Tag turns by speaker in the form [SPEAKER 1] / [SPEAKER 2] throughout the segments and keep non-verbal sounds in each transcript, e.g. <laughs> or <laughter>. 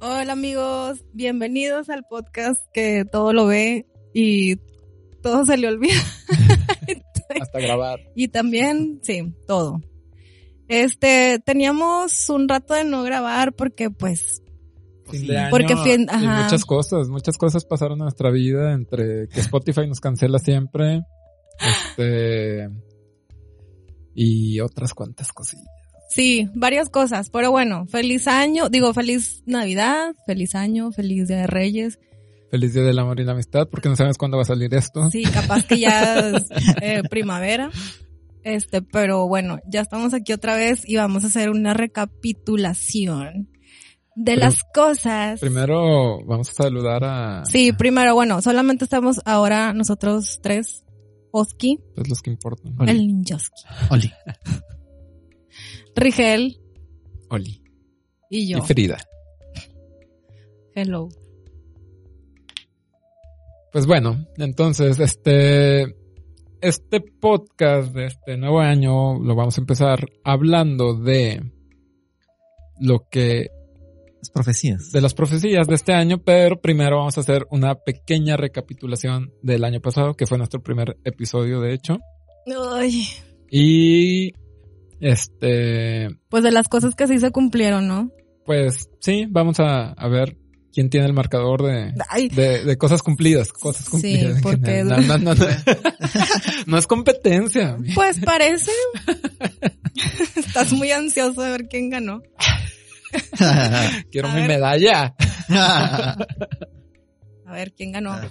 [SPEAKER 1] Hola amigos, bienvenidos al podcast que todo lo ve y todo se le olvida. <laughs>
[SPEAKER 2] Hasta grabar.
[SPEAKER 1] y también, sí, todo. Este, teníamos un rato de no grabar porque pues,
[SPEAKER 2] Fin de año
[SPEAKER 1] porque fin-
[SPEAKER 2] y
[SPEAKER 1] ajá.
[SPEAKER 2] muchas cosas, muchas cosas pasaron en nuestra vida entre que Spotify nos cancela siempre, este y otras cuantas cosillas.
[SPEAKER 1] sí, varias cosas, pero bueno, feliz año, digo, feliz Navidad, feliz año, feliz Día de Reyes.
[SPEAKER 2] Feliz día del amor y la amistad, porque no sabes cuándo va a salir esto.
[SPEAKER 1] Sí, capaz que ya
[SPEAKER 2] <laughs>
[SPEAKER 1] es eh, primavera. Este, pero bueno, ya estamos aquí otra vez y vamos a hacer una recapitulación de
[SPEAKER 2] Prim-
[SPEAKER 1] las cosas.
[SPEAKER 2] Primero vamos a saludar a
[SPEAKER 1] Sí, primero, bueno, solamente estamos ahora nosotros tres. Oski,
[SPEAKER 2] pues, los que importan.
[SPEAKER 3] Oli.
[SPEAKER 1] el ninjoski,
[SPEAKER 3] Oli.
[SPEAKER 1] Rigel
[SPEAKER 2] Oli.
[SPEAKER 1] y yo.
[SPEAKER 2] Y Frida.
[SPEAKER 1] Hello.
[SPEAKER 2] Pues bueno, entonces, este, este podcast de este nuevo año lo vamos a empezar hablando de lo que,
[SPEAKER 3] Las profecías.
[SPEAKER 2] de las profecías de este año, pero primero vamos a hacer una pequeña recapitulación del año pasado, que fue nuestro primer episodio, de hecho.
[SPEAKER 1] Ay,
[SPEAKER 2] Y, este,
[SPEAKER 1] pues de las cosas que sí se cumplieron, ¿no?
[SPEAKER 2] pues sí, vamos a, a ver quién tiene el marcador de,
[SPEAKER 1] Ay,
[SPEAKER 2] de, de cosas cumplidas, cosas
[SPEAKER 1] Sí,
[SPEAKER 2] cumplidas. en
[SPEAKER 1] porque-
[SPEAKER 2] general. no,
[SPEAKER 1] <laughs>
[SPEAKER 2] no, <laughs> no, no. No es competencia.
[SPEAKER 1] pues parece. <laughs> Estás muy ansioso de ver quién ganó.
[SPEAKER 3] <laughs>
[SPEAKER 2] Quiero
[SPEAKER 1] A
[SPEAKER 2] mi
[SPEAKER 1] ver.
[SPEAKER 2] medalla.
[SPEAKER 1] A ver quién ganó.
[SPEAKER 3] Ah,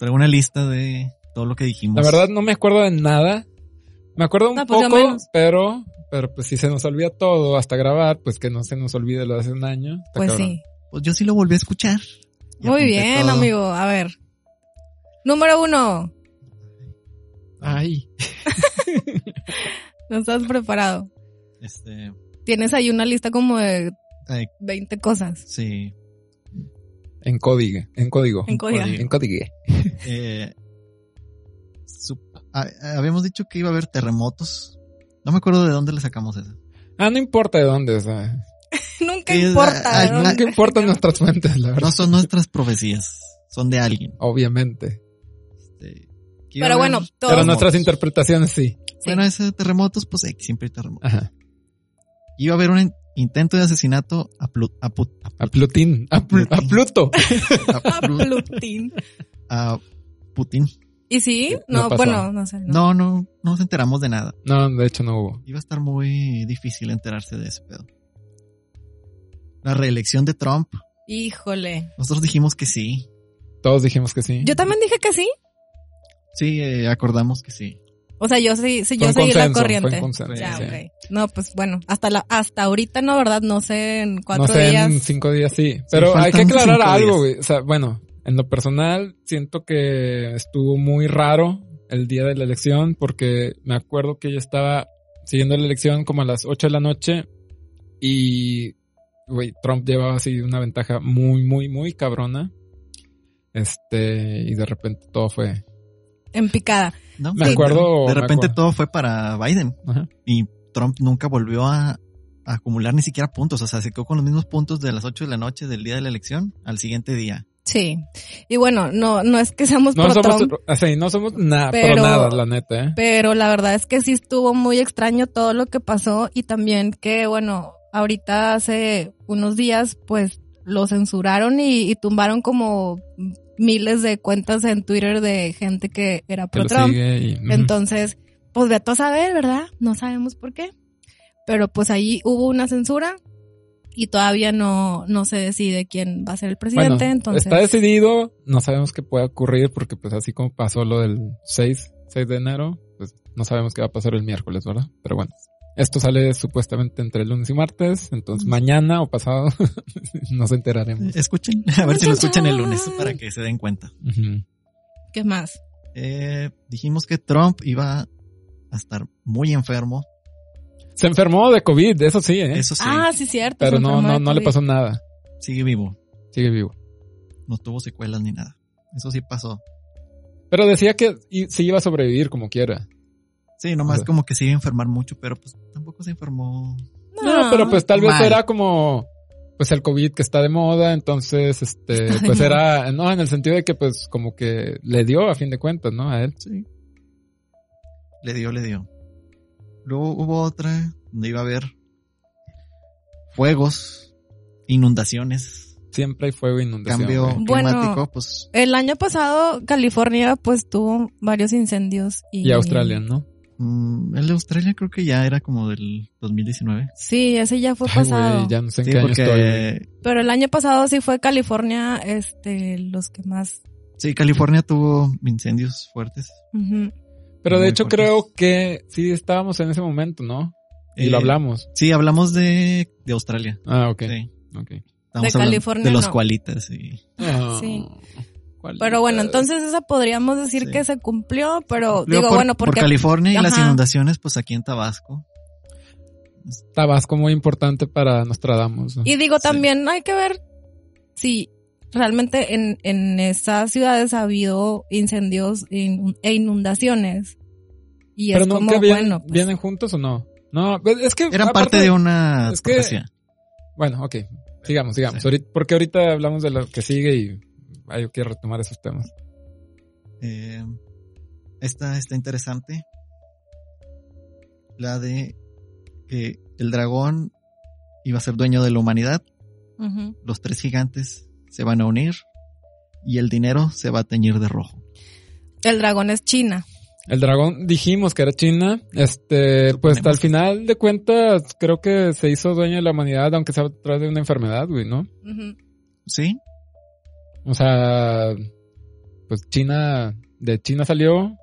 [SPEAKER 3] Traigo una lista de todo lo que dijimos.
[SPEAKER 2] La verdad no me acuerdo de nada. Me acuerdo un
[SPEAKER 1] No, pues, yo
[SPEAKER 2] poco,
[SPEAKER 1] menos.
[SPEAKER 2] pero, pero pues si se nos olvida todo hasta grabar, pues que no se nos olvide lo de hace un año. Está
[SPEAKER 1] Pues
[SPEAKER 2] cabrón.
[SPEAKER 1] sí.
[SPEAKER 3] Pues yo sí lo volví a escuchar. Y
[SPEAKER 1] Muy
[SPEAKER 3] apunté
[SPEAKER 1] bien,
[SPEAKER 3] todo.
[SPEAKER 1] amigo. A ver. Número uno.
[SPEAKER 2] Ay,
[SPEAKER 1] No estás preparado.
[SPEAKER 3] Este,
[SPEAKER 1] Tienes ahí una lista como de
[SPEAKER 3] Ay.
[SPEAKER 1] 20 cosas.
[SPEAKER 3] sí.
[SPEAKER 2] en código, en código.
[SPEAKER 1] En código.
[SPEAKER 2] En código.
[SPEAKER 3] eh, sup- ha- habíamos dicho que iba a haber terremotos. No me acuerdo de dónde le sacamos eso.
[SPEAKER 2] Ah, no importa de dónde, o sea,
[SPEAKER 1] <laughs> Nunca
[SPEAKER 3] Sí,
[SPEAKER 1] importa.
[SPEAKER 3] ay,
[SPEAKER 1] ¿de
[SPEAKER 3] no-
[SPEAKER 1] dónde?
[SPEAKER 2] ¿qué importan nuestras fuentes, la verdad?
[SPEAKER 3] No son nuestras profecías, son de alguien.
[SPEAKER 2] Obviamente.
[SPEAKER 3] Este, que
[SPEAKER 1] Pero
[SPEAKER 3] iba a haber
[SPEAKER 1] bueno, todos.
[SPEAKER 2] Pero
[SPEAKER 3] terremotos.
[SPEAKER 2] nuestras interpretaciones sí.
[SPEAKER 3] Bueno, ese de terremotos, pues eh, siempre hay terremotos.
[SPEAKER 2] Ajá.
[SPEAKER 3] Iba a haber un in- intento de asesinato a, Plu- a Put- a
[SPEAKER 2] A Plutín, a, Plu- a Pluto.
[SPEAKER 3] a
[SPEAKER 1] <laughs>
[SPEAKER 3] Plu-
[SPEAKER 1] Plutín.
[SPEAKER 3] a Putin.
[SPEAKER 1] ¿Y sí?
[SPEAKER 2] No
[SPEAKER 1] No,
[SPEAKER 2] pasó.
[SPEAKER 1] bueno, no sé. No.
[SPEAKER 3] No, no, no nos enteramos de nada.
[SPEAKER 2] No, de hecho no hubo.
[SPEAKER 3] Iba a estar muy difícil enterarse de ese pedo. La reelección de Trump.
[SPEAKER 1] Híjole.
[SPEAKER 3] Nosotros dijimos que sí.
[SPEAKER 2] Todos dijimos que sí.
[SPEAKER 1] Yo también dije que sí.
[SPEAKER 3] Sí, eh, acordamos que sí.
[SPEAKER 1] O sea, yo sí, sí,
[SPEAKER 2] Fue
[SPEAKER 1] yo
[SPEAKER 2] un
[SPEAKER 1] seguí la
[SPEAKER 2] consenso, fue un
[SPEAKER 1] corriente.
[SPEAKER 2] consenso,
[SPEAKER 1] Ya,
[SPEAKER 2] sí.
[SPEAKER 1] ok. No, pues bueno, hasta la, hasta ahorita no, ¿verdad? No sé, en cuatro
[SPEAKER 2] no sé,
[SPEAKER 1] días.
[SPEAKER 2] en cinco días sí. Pero hay que
[SPEAKER 3] faltan
[SPEAKER 2] aclarar
[SPEAKER 3] cinco
[SPEAKER 2] algo,
[SPEAKER 3] días.
[SPEAKER 2] güey. O sea, bueno, en lo personal siento que estuvo muy raro el día de la elección porque me acuerdo que yo estaba siguiendo la elección como a las 8 de la noche y, güey, Trump llevaba así una ventaja muy, muy, muy cabrona. Este, y de repente todo fue.
[SPEAKER 1] En picada.
[SPEAKER 3] ¿no?
[SPEAKER 2] Me
[SPEAKER 3] De-
[SPEAKER 2] acuerdo,
[SPEAKER 3] De,
[SPEAKER 2] me
[SPEAKER 3] repente
[SPEAKER 2] acuerdo.
[SPEAKER 3] todo fue para Biden
[SPEAKER 2] Ajá.
[SPEAKER 3] y Trump nunca volvió a, a acumular ni siquiera puntos. O sea, se quedó con los mismos puntos de las 8 de la noche del día de la elección al siguiente día.
[SPEAKER 1] Sí. Y bueno, no, no es que seamos
[SPEAKER 2] No
[SPEAKER 1] pro
[SPEAKER 2] somos,
[SPEAKER 1] Trump,
[SPEAKER 2] así, no somos nada, pero,
[SPEAKER 1] Pero-
[SPEAKER 2] nada, la neta, ¿eh?
[SPEAKER 1] pero la verdad es que sí estuvo muy extraño todo lo que pasó y también que, bueno, ahorita hace unos días, pues lo censuraron y, y tumbaron como miles de cuentas en Twitter de gente que era
[SPEAKER 2] Que
[SPEAKER 1] pro
[SPEAKER 2] lo
[SPEAKER 1] Trump.
[SPEAKER 2] sigue y- ujú.
[SPEAKER 1] Entonces, pues ve a tú a saber, ¿verdad? No sabemos por qué. Pero pues ahí hubo una censura y todavía no, no se decide quién va a ser el presidente.
[SPEAKER 2] Bueno,
[SPEAKER 1] entonces,
[SPEAKER 2] Está decidido, no sabemos qué puede ocurrir porque pues así como pasó lo del 6, 6 de enero, pues no sabemos qué va a pasar el miércoles, ¿verdad? Pero bueno, esto sale supuestamente entre el lunes y martes, entonces mañana o pasado <laughs> nos enteraremos.
[SPEAKER 3] Escuchen, <laughs> a ver si lo escuchan el lunes para que se den cuenta.
[SPEAKER 2] Ujú.
[SPEAKER 1] ¿qué más?
[SPEAKER 3] Eh, dijimos que Trump iba a estar muy enfermo.
[SPEAKER 2] Se enfermó de COVID, eso sí, ¿eh?
[SPEAKER 3] Eso sí,
[SPEAKER 1] Ah, sí, cierto.
[SPEAKER 2] Pero
[SPEAKER 1] se
[SPEAKER 2] no,
[SPEAKER 1] enfermó
[SPEAKER 2] no,
[SPEAKER 1] de
[SPEAKER 2] no le
[SPEAKER 1] COVID.
[SPEAKER 2] pasó nada,
[SPEAKER 3] sigue vivo.
[SPEAKER 2] sigue vivo.
[SPEAKER 3] No tuvo secuelas ni nada. Eso sí pasó.
[SPEAKER 2] Pero decía que i- sí iba a sobrevivir como quiera.
[SPEAKER 3] Sí, nomás
[SPEAKER 2] Ajá.
[SPEAKER 3] como que se iba a enfermar mucho, pero pues tampoco se enfermó.
[SPEAKER 2] No, pero pues tal vez
[SPEAKER 3] Mal.
[SPEAKER 2] era como pues el COVID que está de moda, entonces
[SPEAKER 1] <laughs>
[SPEAKER 2] este
[SPEAKER 1] Está de
[SPEAKER 2] pues era no en el sentido de que pues como que le dio a fin de cuentas, ¿no? A él.
[SPEAKER 3] Sí. Le dio, le dio. Luego hubo otra donde iba a haber fuegos, inundaciones,
[SPEAKER 2] Siempre hay fuego e inundación.
[SPEAKER 3] cambio
[SPEAKER 2] güey.
[SPEAKER 1] Bueno.
[SPEAKER 3] climático, pues
[SPEAKER 1] El año pasado California pues tuvo varios incendios y,
[SPEAKER 2] Y Australia, ¿no?
[SPEAKER 3] mm, el de Australia creo que ya era como del 2019.
[SPEAKER 1] Sí, ese ya fue
[SPEAKER 2] Ay,
[SPEAKER 1] pasado.
[SPEAKER 2] güey, ya no sé en
[SPEAKER 3] Sí,
[SPEAKER 2] qué año
[SPEAKER 3] porque
[SPEAKER 2] estoy. güey.
[SPEAKER 1] Pero el año pasado sí fue California, este, los que más.
[SPEAKER 3] sí, California tuvo incendios fuertes.
[SPEAKER 1] Ujú.
[SPEAKER 2] Pero de
[SPEAKER 3] Muy
[SPEAKER 2] hecho
[SPEAKER 3] fuertes.
[SPEAKER 2] creo que sí estábamos en ese momento, ¿no? Y lo
[SPEAKER 3] Eh,
[SPEAKER 2] hablamos.
[SPEAKER 3] Sí, hablamos de, de Australia.
[SPEAKER 2] Ah, ok.
[SPEAKER 3] Sí.
[SPEAKER 2] ok.
[SPEAKER 3] Estamos
[SPEAKER 1] De
[SPEAKER 3] hablando
[SPEAKER 1] California
[SPEAKER 3] De los
[SPEAKER 1] no.
[SPEAKER 3] cualitas, sí.
[SPEAKER 2] Ah,
[SPEAKER 1] Sí.
[SPEAKER 2] ¿cuál
[SPEAKER 1] Pero bueno,
[SPEAKER 2] era?
[SPEAKER 1] entonces esa podríamos decir
[SPEAKER 3] Sí.
[SPEAKER 1] que se cumplió, pero
[SPEAKER 3] Luego
[SPEAKER 1] digo,
[SPEAKER 3] por,
[SPEAKER 1] bueno,
[SPEAKER 3] por
[SPEAKER 1] porque
[SPEAKER 3] California y las
[SPEAKER 1] Ajá.
[SPEAKER 3] inundaciones, pues aquí
[SPEAKER 2] <laughs>
[SPEAKER 3] en Tabasco.
[SPEAKER 2] Tabasco muy importante para Nostradamus. ¿no?
[SPEAKER 1] Y digo,
[SPEAKER 3] Sí.
[SPEAKER 1] también hay que ver si realmente en, en esas ciudades ha habido incendios in- e inundaciones. Y
[SPEAKER 2] Pero
[SPEAKER 1] es
[SPEAKER 2] nunca
[SPEAKER 1] como,
[SPEAKER 2] vienen,
[SPEAKER 1] bueno, pues,
[SPEAKER 2] vienen juntos o no? No, pues, es que
[SPEAKER 3] Eran
[SPEAKER 2] aparte-
[SPEAKER 3] parte de una
[SPEAKER 2] es que-
[SPEAKER 3] profecía.
[SPEAKER 2] Bueno, ok. Sigamos, sigamos.
[SPEAKER 3] Sí.
[SPEAKER 2] Ahorita- porque ahorita hablamos de lo que sigue y ay, yo quiero retomar esos temas.
[SPEAKER 3] Eh, esta está interesante. La de que el dragón iba a ser dueño de la humanidad,
[SPEAKER 1] ujú.
[SPEAKER 3] los tres gigantes se van a unir y el dinero se va a teñir de rojo.
[SPEAKER 1] el dragón es China.
[SPEAKER 2] El dragón dijimos que era China. Este, pues al
[SPEAKER 3] Suponemos.
[SPEAKER 2] final de cuentas creo que se hizo dueño de la humanidad, aunque sea a través de una enfermedad, güey, ¿no?
[SPEAKER 1] Ujú.
[SPEAKER 3] ¿Sí?
[SPEAKER 2] O sea, pues China, de China salió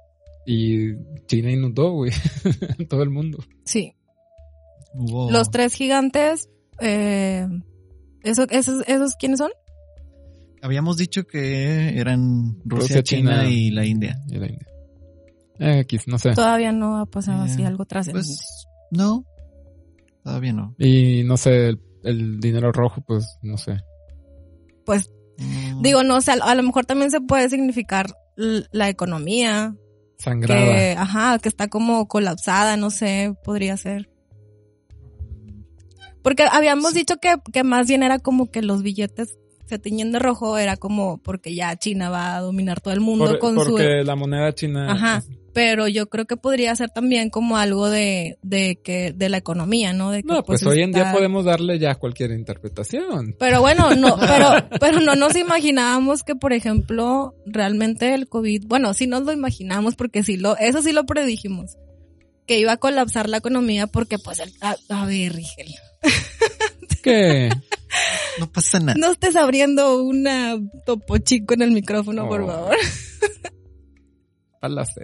[SPEAKER 2] y China inundó, güey, <laughs> todo el mundo.
[SPEAKER 1] Sí.
[SPEAKER 3] Hubo
[SPEAKER 1] Los tres gigantes, eh, eso, esos, ¿esos quiénes son?
[SPEAKER 3] Habíamos dicho que eran Rusia,
[SPEAKER 2] Rusia,
[SPEAKER 3] China,
[SPEAKER 2] China.
[SPEAKER 3] y la India.
[SPEAKER 2] Y la India. Eh, X, no sé.
[SPEAKER 1] Todavía no ha pasado
[SPEAKER 3] Eh,
[SPEAKER 1] así algo trascendente.
[SPEAKER 3] Pues no, todavía no.
[SPEAKER 2] Y no sé, el, el dinero rojo, pues no sé.
[SPEAKER 1] Pues,
[SPEAKER 3] Mm,
[SPEAKER 1] digo, no, o sea, a lo mejor también se puede significar l- la economía,
[SPEAKER 2] Sangraba.
[SPEAKER 1] que, ajá, que está como colapsada, no sé, podría ser. Porque habíamos dicho que, que más bien era como que los billetes se teñían de rojo, era como porque ya China va a dominar todo el mundo
[SPEAKER 2] Por-
[SPEAKER 1] con su... e-
[SPEAKER 2] porque eh, la moneda china.
[SPEAKER 1] Ajá. Pero yo creo que podría ser también como algo de, de que, de la economía, ¿no? De que,
[SPEAKER 2] No, pues, hoy en día
[SPEAKER 1] está-
[SPEAKER 2] podemos darle ya cualquier interpretación.
[SPEAKER 1] Pero bueno, no,
[SPEAKER 2] <laughs>
[SPEAKER 1] pero, pero no nos imaginábamos que, por ejemplo, realmente el COVID, bueno, sí nos lo imaginamos porque sí lo, eso sí lo predijimos, que iba a colapsar la economía porque pues el, a, a ver, Rigel, <laughs>
[SPEAKER 2] ¿Qué?
[SPEAKER 3] No pasa nada.
[SPEAKER 1] no estés abriendo una topo chico en el micrófono, por
[SPEAKER 2] Oh.
[SPEAKER 1] favor.
[SPEAKER 2] Palace.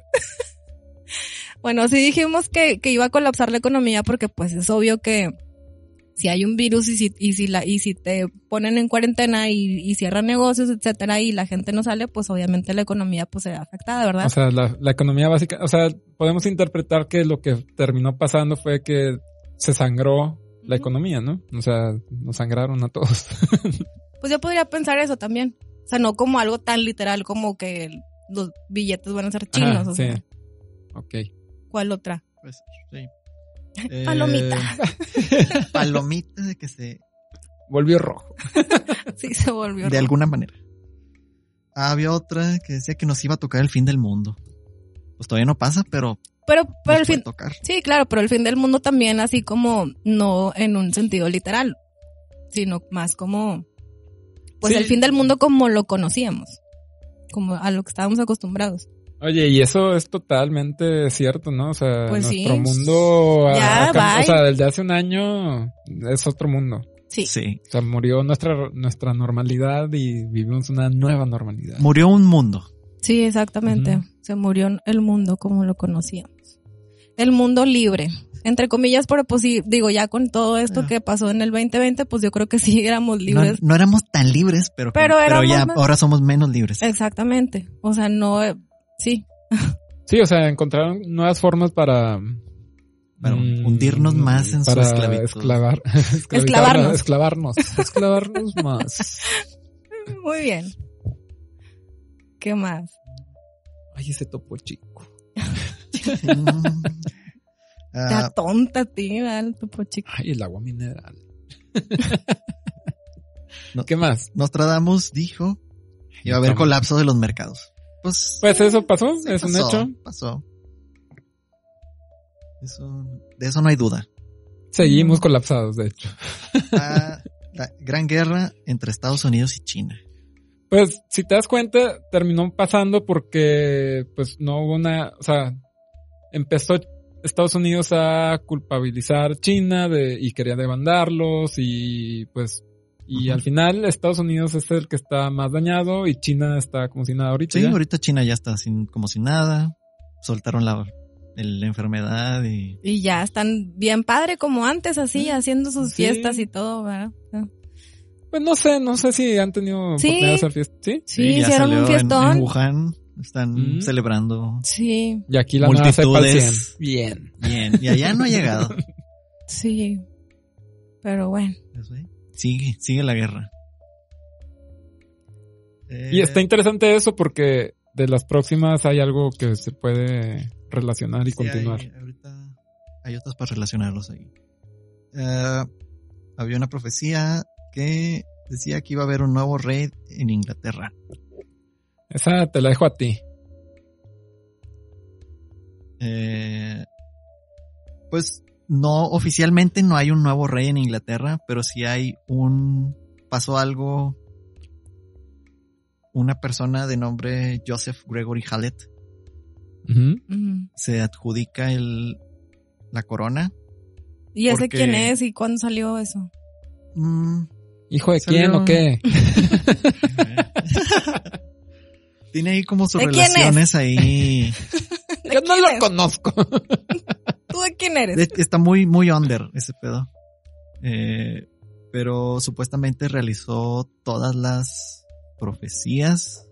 [SPEAKER 1] Bueno, sí dijimos que, que iba a colapsar la economía porque pues es obvio que si hay un virus y si, y si, la, y si te ponen en cuarentena y, y cierran negocios, etcétera, y la gente no sale, pues obviamente la economía pues se ve afectada, ¿verdad?
[SPEAKER 2] O sea, la, la economía básica, o sea, podemos interpretar que lo que terminó pasando fue que se sangró la economía, ¿no? O sea, nos sangraron a todos. <laughs>
[SPEAKER 1] Pues yo podría pensar eso también. O sea, no como algo tan literal como que los billetes van a ser chinos.
[SPEAKER 2] Ajá,
[SPEAKER 1] o
[SPEAKER 2] sí.
[SPEAKER 1] sea,
[SPEAKER 2] Ok.
[SPEAKER 1] ¿cuál otra? <laughs>
[SPEAKER 3] Pues, sí.
[SPEAKER 1] Palomita.
[SPEAKER 3] Eh, <laughs> palomita de que se
[SPEAKER 2] Volvió rojo.
[SPEAKER 1] Sí, se volvió.
[SPEAKER 3] de
[SPEAKER 1] rojo.
[SPEAKER 3] alguna manera. Había otra que decía que nos iba a tocar el fin del mundo. Pues todavía no pasa, pero,
[SPEAKER 1] Pero, pero
[SPEAKER 3] nos
[SPEAKER 1] el
[SPEAKER 3] puede
[SPEAKER 1] fin.
[SPEAKER 3] tocar.
[SPEAKER 1] Sí, claro, pero el fin del mundo también así como no en un sentido literal, sino más como, pues
[SPEAKER 2] Sí.
[SPEAKER 1] el fin del mundo como lo conocíamos, como a lo que estábamos acostumbrados.
[SPEAKER 2] Oye, y eso es totalmente cierto, ¿no? O sea,
[SPEAKER 1] Pues sí.
[SPEAKER 2] nuestro mundo, ha-
[SPEAKER 1] Ya,
[SPEAKER 2] ha cam- o
[SPEAKER 1] bye.
[SPEAKER 2] sea, desde hace un año es otro mundo.
[SPEAKER 1] Sí.
[SPEAKER 3] Sí.
[SPEAKER 2] O sea, murió nuestra, nuestra normalidad y vivimos una nueva normalidad.
[SPEAKER 3] Murió un mundo.
[SPEAKER 1] Sí, exactamente.
[SPEAKER 2] Ujú.
[SPEAKER 1] Se murió el mundo como lo conocíamos. El mundo libre. Entre comillas, pero pues sí, digo, ya con todo esto
[SPEAKER 3] Ah.
[SPEAKER 1] que pasó en el 2020, pues yo creo que sí éramos
[SPEAKER 3] No,
[SPEAKER 1] libres.
[SPEAKER 3] no éramos tan libres, pero,
[SPEAKER 1] Pero éramos
[SPEAKER 3] ya
[SPEAKER 1] más-
[SPEAKER 3] ahora somos menos libres.
[SPEAKER 1] Exactamente. O sea, no, eh, sí,
[SPEAKER 2] Sí, o sea, encontraron nuevas formas para...
[SPEAKER 3] Para
[SPEAKER 2] mm,
[SPEAKER 3] hundirnos más en su
[SPEAKER 2] para
[SPEAKER 3] esclavitud.
[SPEAKER 2] Esclavar, <laughs>
[SPEAKER 1] Esclavarnos.
[SPEAKER 2] esclavizarnos, Esclavarnos.
[SPEAKER 3] <laughs>
[SPEAKER 2] Esclavarnos más.
[SPEAKER 1] muy bien. ¿Qué más?
[SPEAKER 2] Ay, ese topo chico.
[SPEAKER 3] Mm. <laughs> Ah,
[SPEAKER 1] Está tonta, tía, el topo chico.
[SPEAKER 2] Ay, el agua mineral.
[SPEAKER 3] No.
[SPEAKER 2] ¿Qué más?
[SPEAKER 3] Nostradamus dijo que iba a haber
[SPEAKER 2] Estamos-
[SPEAKER 3] colapso de los mercados. Pues,
[SPEAKER 2] Pues eso pasó,
[SPEAKER 3] sí
[SPEAKER 2] es un
[SPEAKER 3] pasó,
[SPEAKER 2] hecho.
[SPEAKER 3] Pasó. Eso, de eso no hay duda.
[SPEAKER 2] Seguimos colapsados, de hecho.
[SPEAKER 3] Ah, la gran guerra entre Estados Unidos y China.
[SPEAKER 2] Pues si te das cuenta, terminó pasando porque pues no hubo una, o sea, empezó Estados Unidos a culpabilizar a China de, y quería demandarlos y pues y
[SPEAKER 3] Ujú.
[SPEAKER 2] al final Estados Unidos es el que está más dañado y China está como si nada ahorita.
[SPEAKER 3] Sí,
[SPEAKER 2] ya.
[SPEAKER 3] ahorita China ya está sin, como sin nada. Soltaron la, el- la enfermedad y
[SPEAKER 1] Y ya están bien padre como antes, así, haciendo sus
[SPEAKER 2] Sí.
[SPEAKER 1] fiestas y todo, ¿verdad? Ah.
[SPEAKER 2] Pues no sé, no sé si han tenido
[SPEAKER 1] Sí.
[SPEAKER 2] oportunidad de hacer fiestas. Sí.
[SPEAKER 1] Sí,
[SPEAKER 3] ya
[SPEAKER 1] hicieron
[SPEAKER 3] salió
[SPEAKER 1] un
[SPEAKER 3] en-
[SPEAKER 1] fiestón.
[SPEAKER 3] En, Wuhan están
[SPEAKER 2] Mm.
[SPEAKER 3] celebrando
[SPEAKER 1] Sí,
[SPEAKER 2] Y aquí la nueva cepa al
[SPEAKER 3] Multitudes.
[SPEAKER 2] 100. Bien.
[SPEAKER 3] bien. Y allá no ha llegado.
[SPEAKER 2] <laughs>
[SPEAKER 1] sí. Pero bueno.
[SPEAKER 3] Eso, ¿eh? Sigue, sigue la guerra.
[SPEAKER 2] Y está
[SPEAKER 3] Eh,
[SPEAKER 2] interesante eso porque de las próximas hay algo que se puede relacionar y
[SPEAKER 3] sí,
[SPEAKER 2] continuar.
[SPEAKER 3] hay- ahorita hay otras para relacionarlos ahí. Eh, había una profecía que decía que iba a haber un nuevo rey en Inglaterra.
[SPEAKER 2] Esa te la dejo a ti.
[SPEAKER 3] Eh, pues no, oficialmente no hay un nuevo rey en Inglaterra, pero sí hay un. Pasó algo. Una persona de nombre Joseph Gregory Hallett
[SPEAKER 2] Ujú.
[SPEAKER 1] ujú.
[SPEAKER 3] se adjudica el, la corona.
[SPEAKER 1] ¿Y ese
[SPEAKER 3] Porque-
[SPEAKER 1] quién es y cuándo salió eso? <laughs>
[SPEAKER 3] Mm, <laughs>
[SPEAKER 2] ¿Hijo de
[SPEAKER 3] Salió-
[SPEAKER 2] quién o
[SPEAKER 3] <laughs>
[SPEAKER 2] qué?
[SPEAKER 3] tiene ahí como sus
[SPEAKER 1] ¿De quién es?
[SPEAKER 3] relaciones ahí.
[SPEAKER 1] ¿De
[SPEAKER 2] Yo no
[SPEAKER 1] quién
[SPEAKER 2] lo
[SPEAKER 1] eres?
[SPEAKER 2] conozco.
[SPEAKER 1] ¿Tú de quién eres?
[SPEAKER 3] De- Está muy, muy under ese pedo. Eh, pero supuestamente realizó todas las profecías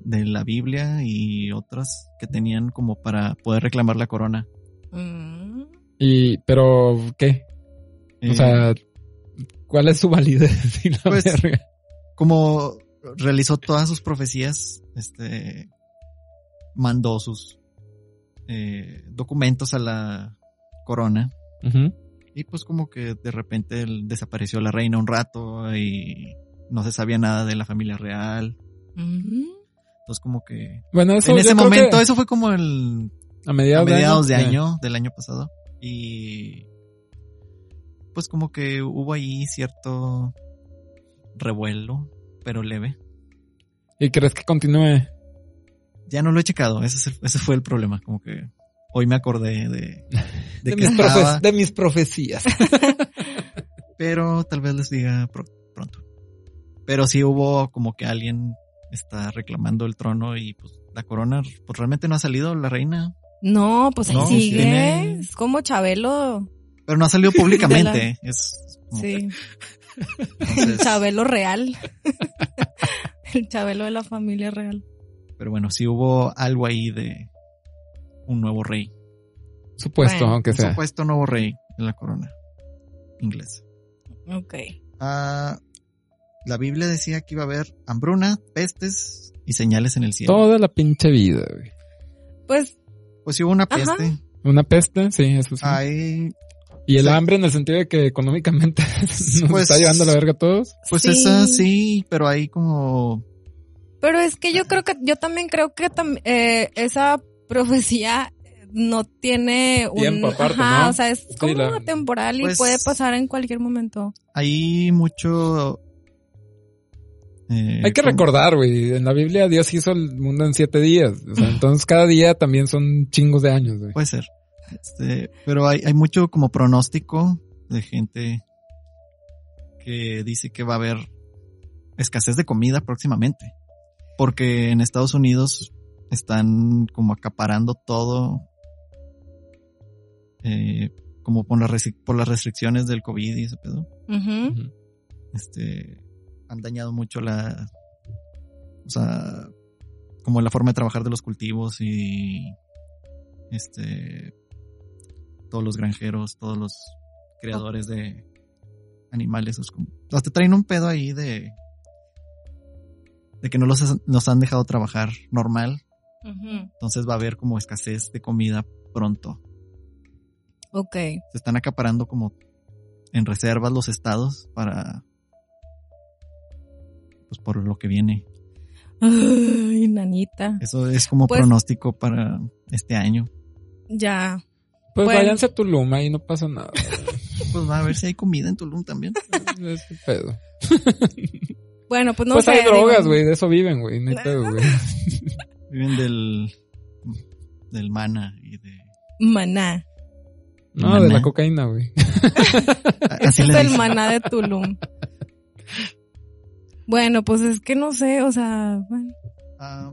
[SPEAKER 3] de la Biblia y otras que tenían como para poder reclamar la corona.
[SPEAKER 1] Mm.
[SPEAKER 2] Y, pero, ¿qué?
[SPEAKER 3] Eh,
[SPEAKER 2] O sea, ¿cuál es su validez? <laughs> Y la
[SPEAKER 3] Pues-
[SPEAKER 2] verga.
[SPEAKER 3] como realizó todas sus profecías, este mandó sus eh, documentos a la corona
[SPEAKER 2] Ujú.
[SPEAKER 3] y pues como que de repente el- desapareció la reina un rato y no se sabía nada de la familia real.
[SPEAKER 1] Mm.
[SPEAKER 3] Entonces como que
[SPEAKER 2] Bueno, eso
[SPEAKER 3] en
[SPEAKER 2] yo
[SPEAKER 3] ese
[SPEAKER 2] creo
[SPEAKER 3] momento,
[SPEAKER 2] que
[SPEAKER 3] eso fue como el
[SPEAKER 2] a
[SPEAKER 3] a
[SPEAKER 2] mediados,
[SPEAKER 3] mediados de
[SPEAKER 2] Ya.
[SPEAKER 3] año, del año pasado. Y pues como que hubo ahí cierto revuelo, pero leve.
[SPEAKER 2] ¿Y crees que continúe?
[SPEAKER 3] Ya no lo he checado, ese, es el- ese fue el problema, como que hoy me acordé de,
[SPEAKER 2] <laughs>
[SPEAKER 3] de que
[SPEAKER 2] mis profe-
[SPEAKER 3] estaba,
[SPEAKER 2] de mis profecías.
[SPEAKER 3] pero tal vez les diga pro- pronto. Pero sí hubo como que alguien está reclamando el trono y pues la corona, pues realmente no ha salido la reina,
[SPEAKER 1] No, pues ahí
[SPEAKER 3] No,
[SPEAKER 1] sigue.
[SPEAKER 3] tiene-
[SPEAKER 1] Es como Chabelo.
[SPEAKER 3] pero no
[SPEAKER 1] <laughs>
[SPEAKER 3] ha salido públicamente, es como que-
[SPEAKER 1] Sí. El <laughs>
[SPEAKER 3] entonces-
[SPEAKER 1] Chabelo real. <laughs> El Chabelo de la familia real.
[SPEAKER 3] Pero bueno, sí hubo algo ahí de un nuevo rey.
[SPEAKER 2] <laughs> Supuesto,
[SPEAKER 1] Bueno,
[SPEAKER 2] aunque
[SPEAKER 3] Un
[SPEAKER 2] sea.
[SPEAKER 3] supuesto nuevo rey en la corona inglesa.
[SPEAKER 1] Ok.
[SPEAKER 3] Ah, la Biblia decía que iba a haber hambruna, pestes y señales en el cielo.
[SPEAKER 2] Toda la pinche vida, güey.
[SPEAKER 1] Pues
[SPEAKER 3] Pues sí hubo una
[SPEAKER 1] Ajá.
[SPEAKER 3] peste.
[SPEAKER 2] Una peste, sí, eso sí.
[SPEAKER 3] Ahí,
[SPEAKER 2] y el
[SPEAKER 3] sí.
[SPEAKER 2] hambre en el sentido de que económicamente <laughs> nos
[SPEAKER 3] Pues-
[SPEAKER 2] está llevando a la verga a todos.
[SPEAKER 3] pues
[SPEAKER 1] sí.
[SPEAKER 3] esa sí, pero ahí como...
[SPEAKER 1] Pero es que yo creo que, yo también creo que tam- eh, esa profecía no tiene un
[SPEAKER 2] Tiempo aparte,
[SPEAKER 1] ajá,
[SPEAKER 2] ¿no?
[SPEAKER 1] o sea, es
[SPEAKER 2] Sí,
[SPEAKER 1] como
[SPEAKER 2] la-
[SPEAKER 1] temporal y
[SPEAKER 3] Pues-
[SPEAKER 1] puede pasar en cualquier momento.
[SPEAKER 3] Hay mucho... eh,
[SPEAKER 2] Hay que
[SPEAKER 3] como-
[SPEAKER 2] recordar, güey, en la Biblia Dios hizo el mundo en siete días.
[SPEAKER 3] Ah.
[SPEAKER 2] O sea, entonces cada día también son chingos de años, güey.
[SPEAKER 3] Puede ser. Este, pero hay, hay mucho como pronóstico de gente que dice que va a haber escasez de comida próximamente. Porque en Estados Unidos están como acaparando todo eh, como por las, resi- por las restricciones del COVID y ese pedo.
[SPEAKER 1] Ujú.
[SPEAKER 2] Ujú.
[SPEAKER 3] Este, han dañado mucho la, o sea, como la forma de trabajar de los cultivos y este, todos los granjeros, todos los creadores de animales. Los, com- hasta traen un pedo ahí de, de que no los, has- los han dejado trabajar normal.
[SPEAKER 1] Ujú.
[SPEAKER 3] Entonces va a haber como escasez de comida pronto
[SPEAKER 1] Ok.
[SPEAKER 3] se están acaparando como en reservas los estados para pues por lo que viene.
[SPEAKER 1] Ay, nanita.
[SPEAKER 3] Eso es como
[SPEAKER 1] Pues-
[SPEAKER 3] pronóstico para este año.
[SPEAKER 1] Ya.
[SPEAKER 2] Pues
[SPEAKER 1] Bueno.
[SPEAKER 2] váyanse a Tulum, ahí no pasa nada.
[SPEAKER 1] <laughs>
[SPEAKER 3] Pues va a ver si hay comida en Tulum también.
[SPEAKER 2] es un pedo.
[SPEAKER 1] Bueno, pues no
[SPEAKER 2] pues
[SPEAKER 1] sé.
[SPEAKER 2] hay
[SPEAKER 1] digo,
[SPEAKER 2] drogas, güey, de eso viven, güey, no hay pedo,
[SPEAKER 3] <laughs>
[SPEAKER 2] güey.
[SPEAKER 3] Viven del del mana y de
[SPEAKER 1] Maná.
[SPEAKER 2] No, de la
[SPEAKER 3] Maná.
[SPEAKER 2] cocaína, güey.
[SPEAKER 3] así
[SPEAKER 1] es
[SPEAKER 3] le
[SPEAKER 1] el
[SPEAKER 3] dicen.
[SPEAKER 1] maná de Tulum. bueno, pues es que no sé, o sea, bueno,
[SPEAKER 3] Ah,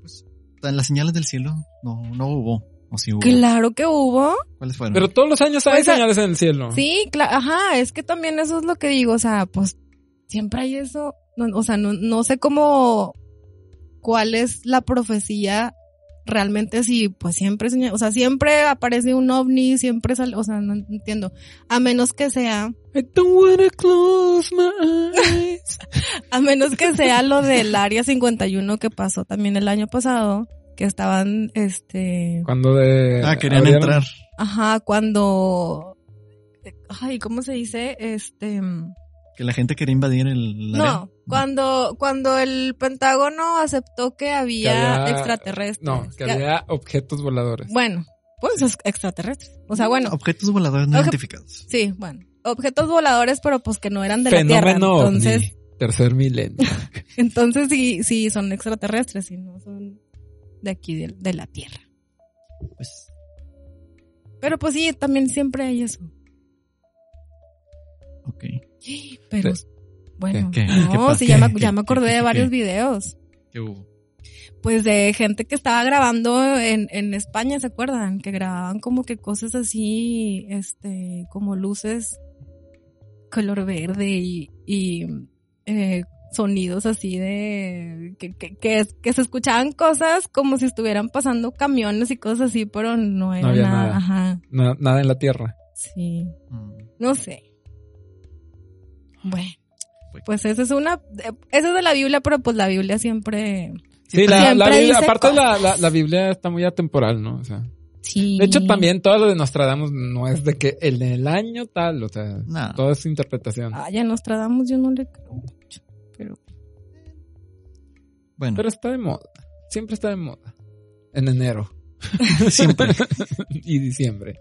[SPEAKER 3] pues, en las señales del cielo no no hubo o sí hubo.
[SPEAKER 1] claro que hubo.
[SPEAKER 3] ¿Cuáles fueron?
[SPEAKER 2] Pero todos los años hay
[SPEAKER 1] Pues, ah,
[SPEAKER 2] señales en el cielo.
[SPEAKER 1] Sí, cla- ajá, es que también eso es lo que digo, o sea, pues siempre hay eso, no- o sea, no, no sé cómo, cuál es la profecía realmente, si pues siempre, señal- o sea, siempre aparece un ovni, siempre sale, o sea, no entiendo, a menos que sea,
[SPEAKER 2] I don't wanna close my
[SPEAKER 1] <laughs>
[SPEAKER 2] eyes.
[SPEAKER 1] a menos que sea lo del Área 51 que pasó también el año pasado, que estaban, este,
[SPEAKER 2] Cuando de...
[SPEAKER 3] ah, querían
[SPEAKER 2] abrieron-
[SPEAKER 3] entrar.
[SPEAKER 1] ajá, cuando, ay, ¿cómo se dice? Este... mm,
[SPEAKER 3] Que la gente quería invadir el área.
[SPEAKER 1] No, cuando, cuando el Pentágono aceptó que había,
[SPEAKER 2] Que había-
[SPEAKER 1] extraterrestres.
[SPEAKER 2] No, que
[SPEAKER 1] Ya-
[SPEAKER 2] había objetos voladores.
[SPEAKER 1] Bueno, pues es extraterrestres. O sea, bueno,
[SPEAKER 3] objetos voladores no
[SPEAKER 1] Obje-
[SPEAKER 3] identificados.
[SPEAKER 1] sí, bueno. Objetos voladores, pero pues que no eran de la Tierra.
[SPEAKER 2] Fenómeno ovni,
[SPEAKER 1] Entonces,
[SPEAKER 2] tercer milenio.
[SPEAKER 1] entonces sí, sí son extraterrestres, y no son de aquí, de, de la Tierra.
[SPEAKER 3] Pues
[SPEAKER 1] Pero pues sí, también siempre hay eso.
[SPEAKER 3] ok.
[SPEAKER 1] Pero,
[SPEAKER 2] Sí.
[SPEAKER 1] bueno,
[SPEAKER 3] ¿Qué? ¿Qué
[SPEAKER 1] no,
[SPEAKER 3] pa-
[SPEAKER 1] sí,
[SPEAKER 3] qué?
[SPEAKER 1] ya, me,
[SPEAKER 3] ¿Qué?
[SPEAKER 1] ya me
[SPEAKER 3] ¿Qué?
[SPEAKER 1] acordé
[SPEAKER 3] ¿Qué?
[SPEAKER 1] de
[SPEAKER 3] ¿Qué?
[SPEAKER 1] varios
[SPEAKER 3] ¿Qué?
[SPEAKER 1] videos.
[SPEAKER 3] ¿Qué hubo?
[SPEAKER 1] pues de gente que estaba grabando en, en España, ¿se acuerdan? Que grababan como que cosas así, este, como luces color verde y, y, eh, sonidos así de que, que, que, es- que se escuchaban cosas como si estuvieran pasando camiones y cosas así, pero no era
[SPEAKER 2] había
[SPEAKER 1] nada.
[SPEAKER 2] nada.
[SPEAKER 1] Ajá,
[SPEAKER 2] Na- nada en la tierra.
[SPEAKER 1] sí,
[SPEAKER 3] Mm.
[SPEAKER 1] no sé. Bueno,
[SPEAKER 3] Pues-
[SPEAKER 1] pues esa es una, esa es de la Biblia, pero pues la Biblia siempre,
[SPEAKER 2] Sí, la, la
[SPEAKER 1] Siempre
[SPEAKER 2] Biblia,
[SPEAKER 1] dice
[SPEAKER 2] aparte la,
[SPEAKER 1] cosas.
[SPEAKER 2] la- la Biblia está muy atemporal, ¿no? O sea,
[SPEAKER 1] sí.
[SPEAKER 2] de hecho también todo lo de Nostradamus no es de que en el año tal, o sea,
[SPEAKER 3] Nada.
[SPEAKER 1] Oh,
[SPEAKER 2] todo es interpretación.
[SPEAKER 1] Ah, ya Nostradamus yo no le creo mucho. Pero
[SPEAKER 3] Bueno,
[SPEAKER 2] Pero está de moda, siempre está de moda. En
[SPEAKER 3] <laughs>
[SPEAKER 2] enero
[SPEAKER 1] <laughs>
[SPEAKER 3] siempre.
[SPEAKER 2] <laughs> y diciembre.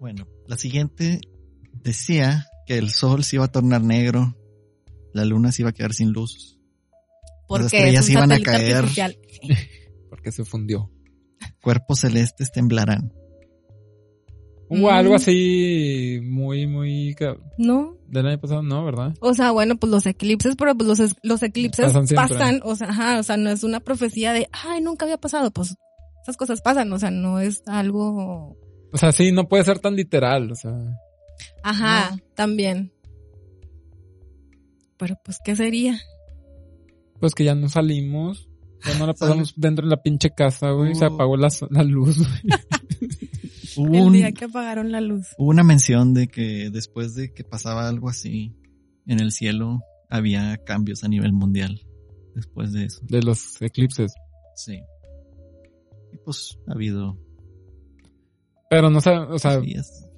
[SPEAKER 3] Bueno, la siguiente decía que el sol se iba a tornar negro, la luna se iba a quedar sin luz. Las
[SPEAKER 1] porque
[SPEAKER 3] estrellas
[SPEAKER 1] es un
[SPEAKER 3] iban a
[SPEAKER 1] satélite
[SPEAKER 3] caer.
[SPEAKER 1] artificial.
[SPEAKER 2] Porque se fundió.
[SPEAKER 3] Cuerpos celestes temblarán.
[SPEAKER 2] O
[SPEAKER 3] Mm.
[SPEAKER 2] algo así muy, muy... ca-
[SPEAKER 1] No,
[SPEAKER 2] Del año pasado no, ¿verdad?
[SPEAKER 1] o sea, bueno, pues los eclipses, pero pues los, es- los eclipses
[SPEAKER 2] Pasan
[SPEAKER 1] pasan,
[SPEAKER 2] siempre.
[SPEAKER 1] o sea, ajá, o sea, no es una profecía de, ay, nunca había pasado, pues esas cosas pasan, o sea, no es algo,
[SPEAKER 2] O sea, sí, no puede ser tan literal, o sea...
[SPEAKER 1] ajá, también. Pero pues, ¿qué sería?
[SPEAKER 2] Pues que ya no salimos, ya no la
[SPEAKER 3] <laughs> Sale.
[SPEAKER 2] pasamos dentro de la pinche casa, güey, se
[SPEAKER 3] Uh.
[SPEAKER 2] apagó la, la luz, güey.
[SPEAKER 3] Hubo,
[SPEAKER 1] El
[SPEAKER 3] un-
[SPEAKER 1] día que apagaron la luz.
[SPEAKER 3] hubo una mención de que después de que pasaba algo así en el cielo, había cambios a nivel mundial. Después de eso,
[SPEAKER 2] de los eclipses.
[SPEAKER 3] sí. Y pues ha habido
[SPEAKER 2] Pero no sé, o
[SPEAKER 1] Ah,
[SPEAKER 2] sea,
[SPEAKER 3] días.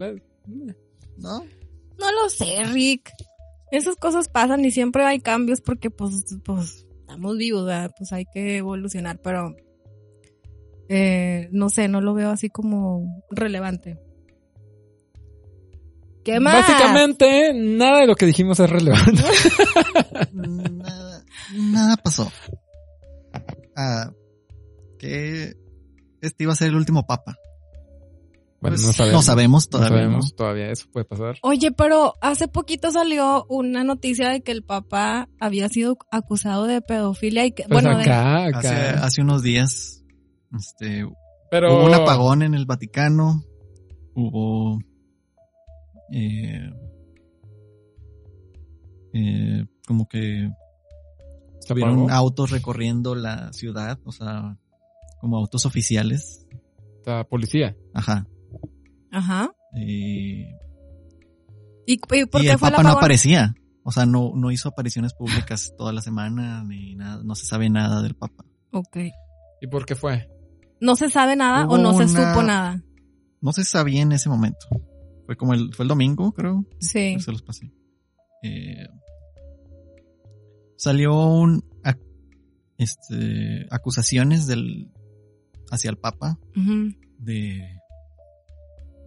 [SPEAKER 3] ¿No?
[SPEAKER 1] No lo sé, Rick. Esas cosas pasan y siempre hay cambios porque pues, pues estamos vivos, ¿verdad? Pues hay que evolucionar, pero eh, no sé, no lo veo así como relevante. ¿Qué más?
[SPEAKER 2] Básicamente, nada de lo que dijimos es relevante.
[SPEAKER 3] nada, nada pasó. Ah, que este iba a ser el último papa.
[SPEAKER 2] Bueno,
[SPEAKER 3] Pues,
[SPEAKER 2] no sabemos.
[SPEAKER 3] No sabemos
[SPEAKER 2] No
[SPEAKER 3] todavía. ¿no?
[SPEAKER 2] sabemos todavía, eso puede pasar.
[SPEAKER 1] Oye, pero hace poquito salió una noticia de que el papá había sido acusado de pedofilia y que,
[SPEAKER 2] Pues
[SPEAKER 1] bueno, de-
[SPEAKER 2] acá, acá.
[SPEAKER 3] Hace, hace unos días este,
[SPEAKER 2] pero
[SPEAKER 3] hubo un apagón en el Vaticano. Hubo. eh, eh, como que
[SPEAKER 2] ¿se apagó?
[SPEAKER 3] Vieron autos recorriendo la ciudad, o sea, como autos oficiales.
[SPEAKER 2] La policía.
[SPEAKER 3] Ajá.
[SPEAKER 1] ajá.
[SPEAKER 3] Eh,
[SPEAKER 1] ¿Y, y por
[SPEAKER 3] y
[SPEAKER 1] qué
[SPEAKER 3] el
[SPEAKER 1] fue la
[SPEAKER 3] Papa no aparecía. O sea, no, no hizo apariciones públicas toda la semana ni nada. No se sabe nada del Papa.
[SPEAKER 2] ¿Y por qué fue?
[SPEAKER 1] No se sabe nada
[SPEAKER 3] Hubo
[SPEAKER 1] o no se
[SPEAKER 3] una-
[SPEAKER 1] supo nada.
[SPEAKER 3] No se sabía en ese momento. Fue como el, fue el domingo, creo.
[SPEAKER 1] Sí.
[SPEAKER 3] Se los pasé. Eh, salió un ac- este, acusaciones del hacia el Papa
[SPEAKER 1] Ujú.
[SPEAKER 3] de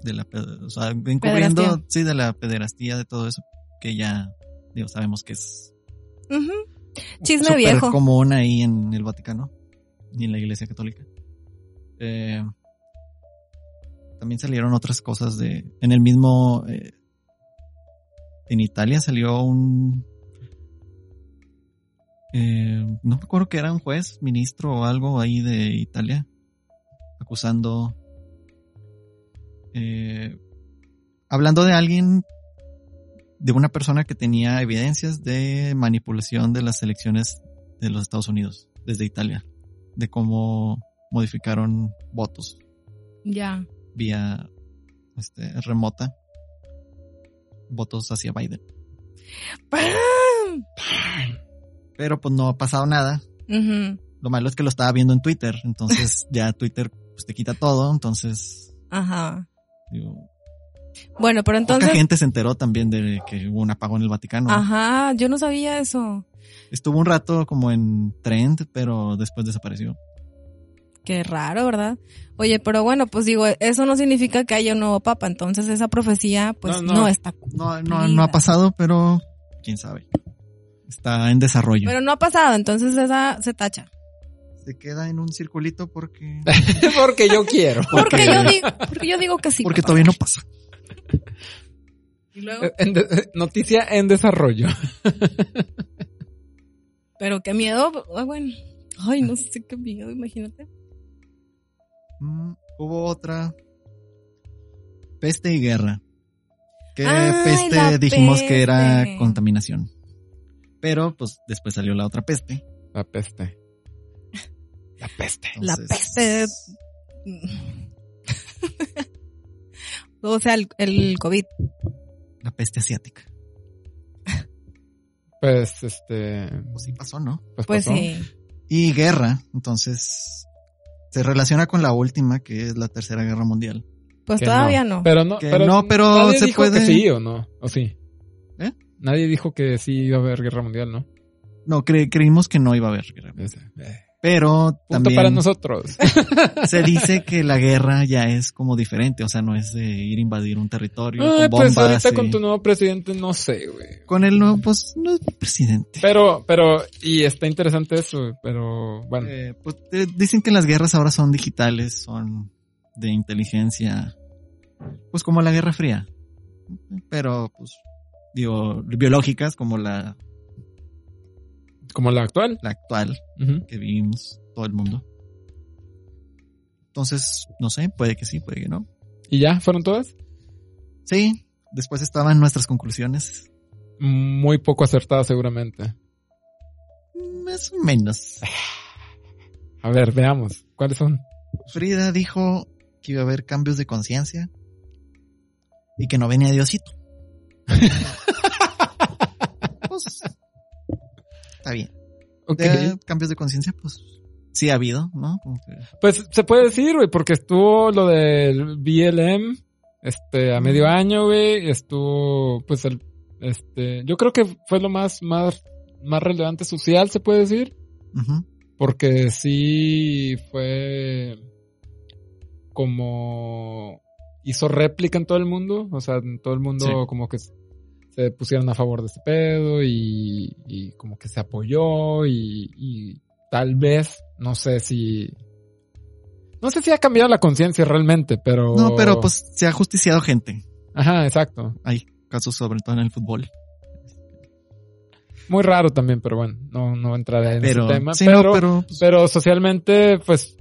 [SPEAKER 3] de la ped- o sea, encubriendo
[SPEAKER 1] Pederastía.
[SPEAKER 3] sí de la pederastía de todo eso que ya digo sabemos que es
[SPEAKER 1] Ujú. Chisme
[SPEAKER 3] súper
[SPEAKER 1] viejo.
[SPEAKER 3] común ahí en el Vaticano y en la Iglesia Católica Eh, también salieron otras cosas de en el mismo eh, en Italia salió un eh, no me acuerdo que era un juez ministro o algo ahí de Italia acusando eh, hablando de alguien, de una persona que tenía evidencias de manipulación de las elecciones de los Estados Unidos desde Italia, de cómo modificaron votos
[SPEAKER 1] Ya.
[SPEAKER 3] vía este, remota, votos hacia Biden.
[SPEAKER 1] ¡Pam!
[SPEAKER 3] Pero pues no ha pasado nada.
[SPEAKER 1] Ujú.
[SPEAKER 3] Lo malo es que lo estaba viendo en Twitter,
[SPEAKER 1] <laughs>
[SPEAKER 3] entonces ya Twitter pues, te quita todo, entonces
[SPEAKER 1] Ajá.
[SPEAKER 3] digo,
[SPEAKER 1] Bueno, pero entonces.
[SPEAKER 3] poca gente se enteró también de que hubo un apagón en el Vaticano.
[SPEAKER 1] Ajá, yo no sabía eso.
[SPEAKER 3] Estuvo un rato como en trend, pero después desapareció.
[SPEAKER 1] Qué raro, ¿verdad? Oye, pero bueno, pues digo, eso no significa que haya un nuevo papa, entonces esa profecía pues
[SPEAKER 2] No,
[SPEAKER 1] no,
[SPEAKER 2] no.
[SPEAKER 1] está.
[SPEAKER 3] No, no, no
[SPEAKER 1] Mira.
[SPEAKER 3] ha pasado, pero quién sabe. Está en desarrollo.
[SPEAKER 1] Pero no ha pasado, entonces esa se tacha.
[SPEAKER 3] Se queda en un circulito <laughs> <laughs> porque
[SPEAKER 2] Porque yo quiero.
[SPEAKER 1] <laughs> Porque yo digo, porque yo digo que sí.
[SPEAKER 3] porque
[SPEAKER 1] papá.
[SPEAKER 3] todavía no pasa.
[SPEAKER 1] Y luego,
[SPEAKER 2] En de- noticia en desarrollo. <laughs>
[SPEAKER 1] pero qué miedo, ah, bueno. Ay, no sé qué miedo, imagínate. <laughs>
[SPEAKER 3] Mm, hubo otra peste y guerra. Que
[SPEAKER 1] Ay, la
[SPEAKER 3] peste dijimos que era
[SPEAKER 1] peste.
[SPEAKER 3] contaminación. Pero pues después salió la otra peste.
[SPEAKER 2] La peste. La peste.
[SPEAKER 1] La
[SPEAKER 3] Entonces,
[SPEAKER 1] peste. o sea, el, el COVID.
[SPEAKER 3] La peste asiática.
[SPEAKER 2] Pues este.
[SPEAKER 3] Pues sí pasó, ¿no?
[SPEAKER 2] Pues,
[SPEAKER 1] Pues
[SPEAKER 2] pasó.
[SPEAKER 1] sí.
[SPEAKER 3] y guerra. Entonces, se relaciona con la última, que es la Tercera Guerra Mundial.
[SPEAKER 1] Pues
[SPEAKER 2] Que
[SPEAKER 1] todavía no.
[SPEAKER 2] Pero no,
[SPEAKER 3] Que
[SPEAKER 2] pero,
[SPEAKER 3] no, pero
[SPEAKER 2] nadie
[SPEAKER 3] se
[SPEAKER 2] dijo
[SPEAKER 3] puede-
[SPEAKER 2] que sí o no, o sí.
[SPEAKER 3] ¿Eh?
[SPEAKER 2] Nadie dijo que sí iba a haber guerra mundial, ¿no?
[SPEAKER 3] No, cre- creímos que no iba a haber guerra.
[SPEAKER 2] Ese, eh.
[SPEAKER 3] Pero
[SPEAKER 2] Punto para
[SPEAKER 3] también
[SPEAKER 2] nosotros.
[SPEAKER 3] <laughs> se
[SPEAKER 2] <laughs>
[SPEAKER 3] dice que la guerra ya es como diferente. O sea, no es de ir a invadir un territorio
[SPEAKER 2] Ay,
[SPEAKER 3] con bombas.
[SPEAKER 2] pues ahorita
[SPEAKER 3] y-
[SPEAKER 2] con tu nuevo presidente no sé, güey.
[SPEAKER 3] Con el nuevo, pues, no es presidente.
[SPEAKER 2] Pero, pero, y está interesante eso, pero bueno.
[SPEAKER 3] Eh, pues, eh, dicen que las guerras ahora son digitales, son de inteligencia. Pues como la Guerra Fría. Pero, pues, digo, biológicas como la,
[SPEAKER 2] Como la actual.
[SPEAKER 3] la actual.
[SPEAKER 2] Ujú.
[SPEAKER 3] que vivimos todo el mundo. Entonces, no sé, puede que sí, puede que no.
[SPEAKER 2] ¿Y ya? ¿Fueron todas?
[SPEAKER 3] Sí, después estaban nuestras conclusiones.
[SPEAKER 2] Muy poco acertadas seguramente.
[SPEAKER 3] Más o menos.
[SPEAKER 2] A ver, veamos. ¿Cuáles son?
[SPEAKER 3] Frida dijo que iba a haber cambios de conciencia y que no venía Diosito. <laughs> pues, está bien.
[SPEAKER 2] Ok.
[SPEAKER 3] De cambios de conciencia, pues, sí ha habido, ¿no? Como que-
[SPEAKER 2] Pues se puede decir, güey, porque estuvo lo del BLM, este, a medio año, güey, estuvo, pues el, este, yo creo que fue lo más, más, más relevante social, se puede decir,
[SPEAKER 3] Ujú.
[SPEAKER 2] porque sí fue como hizo réplica en todo el mundo, o sea, en todo el mundo
[SPEAKER 3] Sí.
[SPEAKER 2] como que se pusieron a favor de este pedo y, y como que se apoyó y, y tal vez, no sé si... No sé si ha cambiado la conciencia realmente, pero.
[SPEAKER 3] No, pero pues se ha justiciado gente.
[SPEAKER 2] Ajá, exacto.
[SPEAKER 3] Hay casos sobre todo en el fútbol.
[SPEAKER 2] Muy raro también, pero bueno, no, no entraré en
[SPEAKER 3] Pero,
[SPEAKER 2] ese tema.
[SPEAKER 3] sí,
[SPEAKER 2] pero,
[SPEAKER 3] no, pero pues,
[SPEAKER 2] pero socialmente, pues,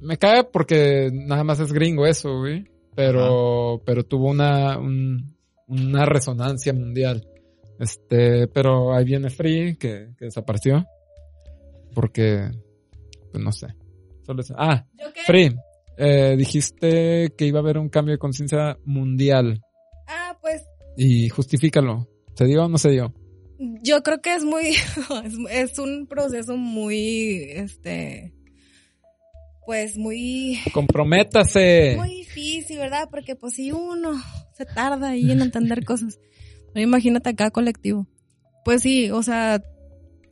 [SPEAKER 2] me cae porque nada más es gringo eso, güey. Pero, pero tuvo una, un- una resonancia mundial. Este, pero ahí viene Free, que, que desapareció. Porque, pues no sé. Solo es- ah,
[SPEAKER 1] ¿Yo qué?
[SPEAKER 2] Free, eh, dijiste que iba a haber un cambio de conciencia mundial
[SPEAKER 1] Ah, pues
[SPEAKER 2] y justifícalo. ¿Se dio o no se dio?
[SPEAKER 1] Yo creo que es muy, <laughs> es, es un proceso muy, este, pues muy,
[SPEAKER 2] Comprométase.
[SPEAKER 1] muy difícil, ¿verdad? Porque pues si uno se tarda ahí en entender cosas, Ahora imagínate acá colectivo. Pues sí, o sea,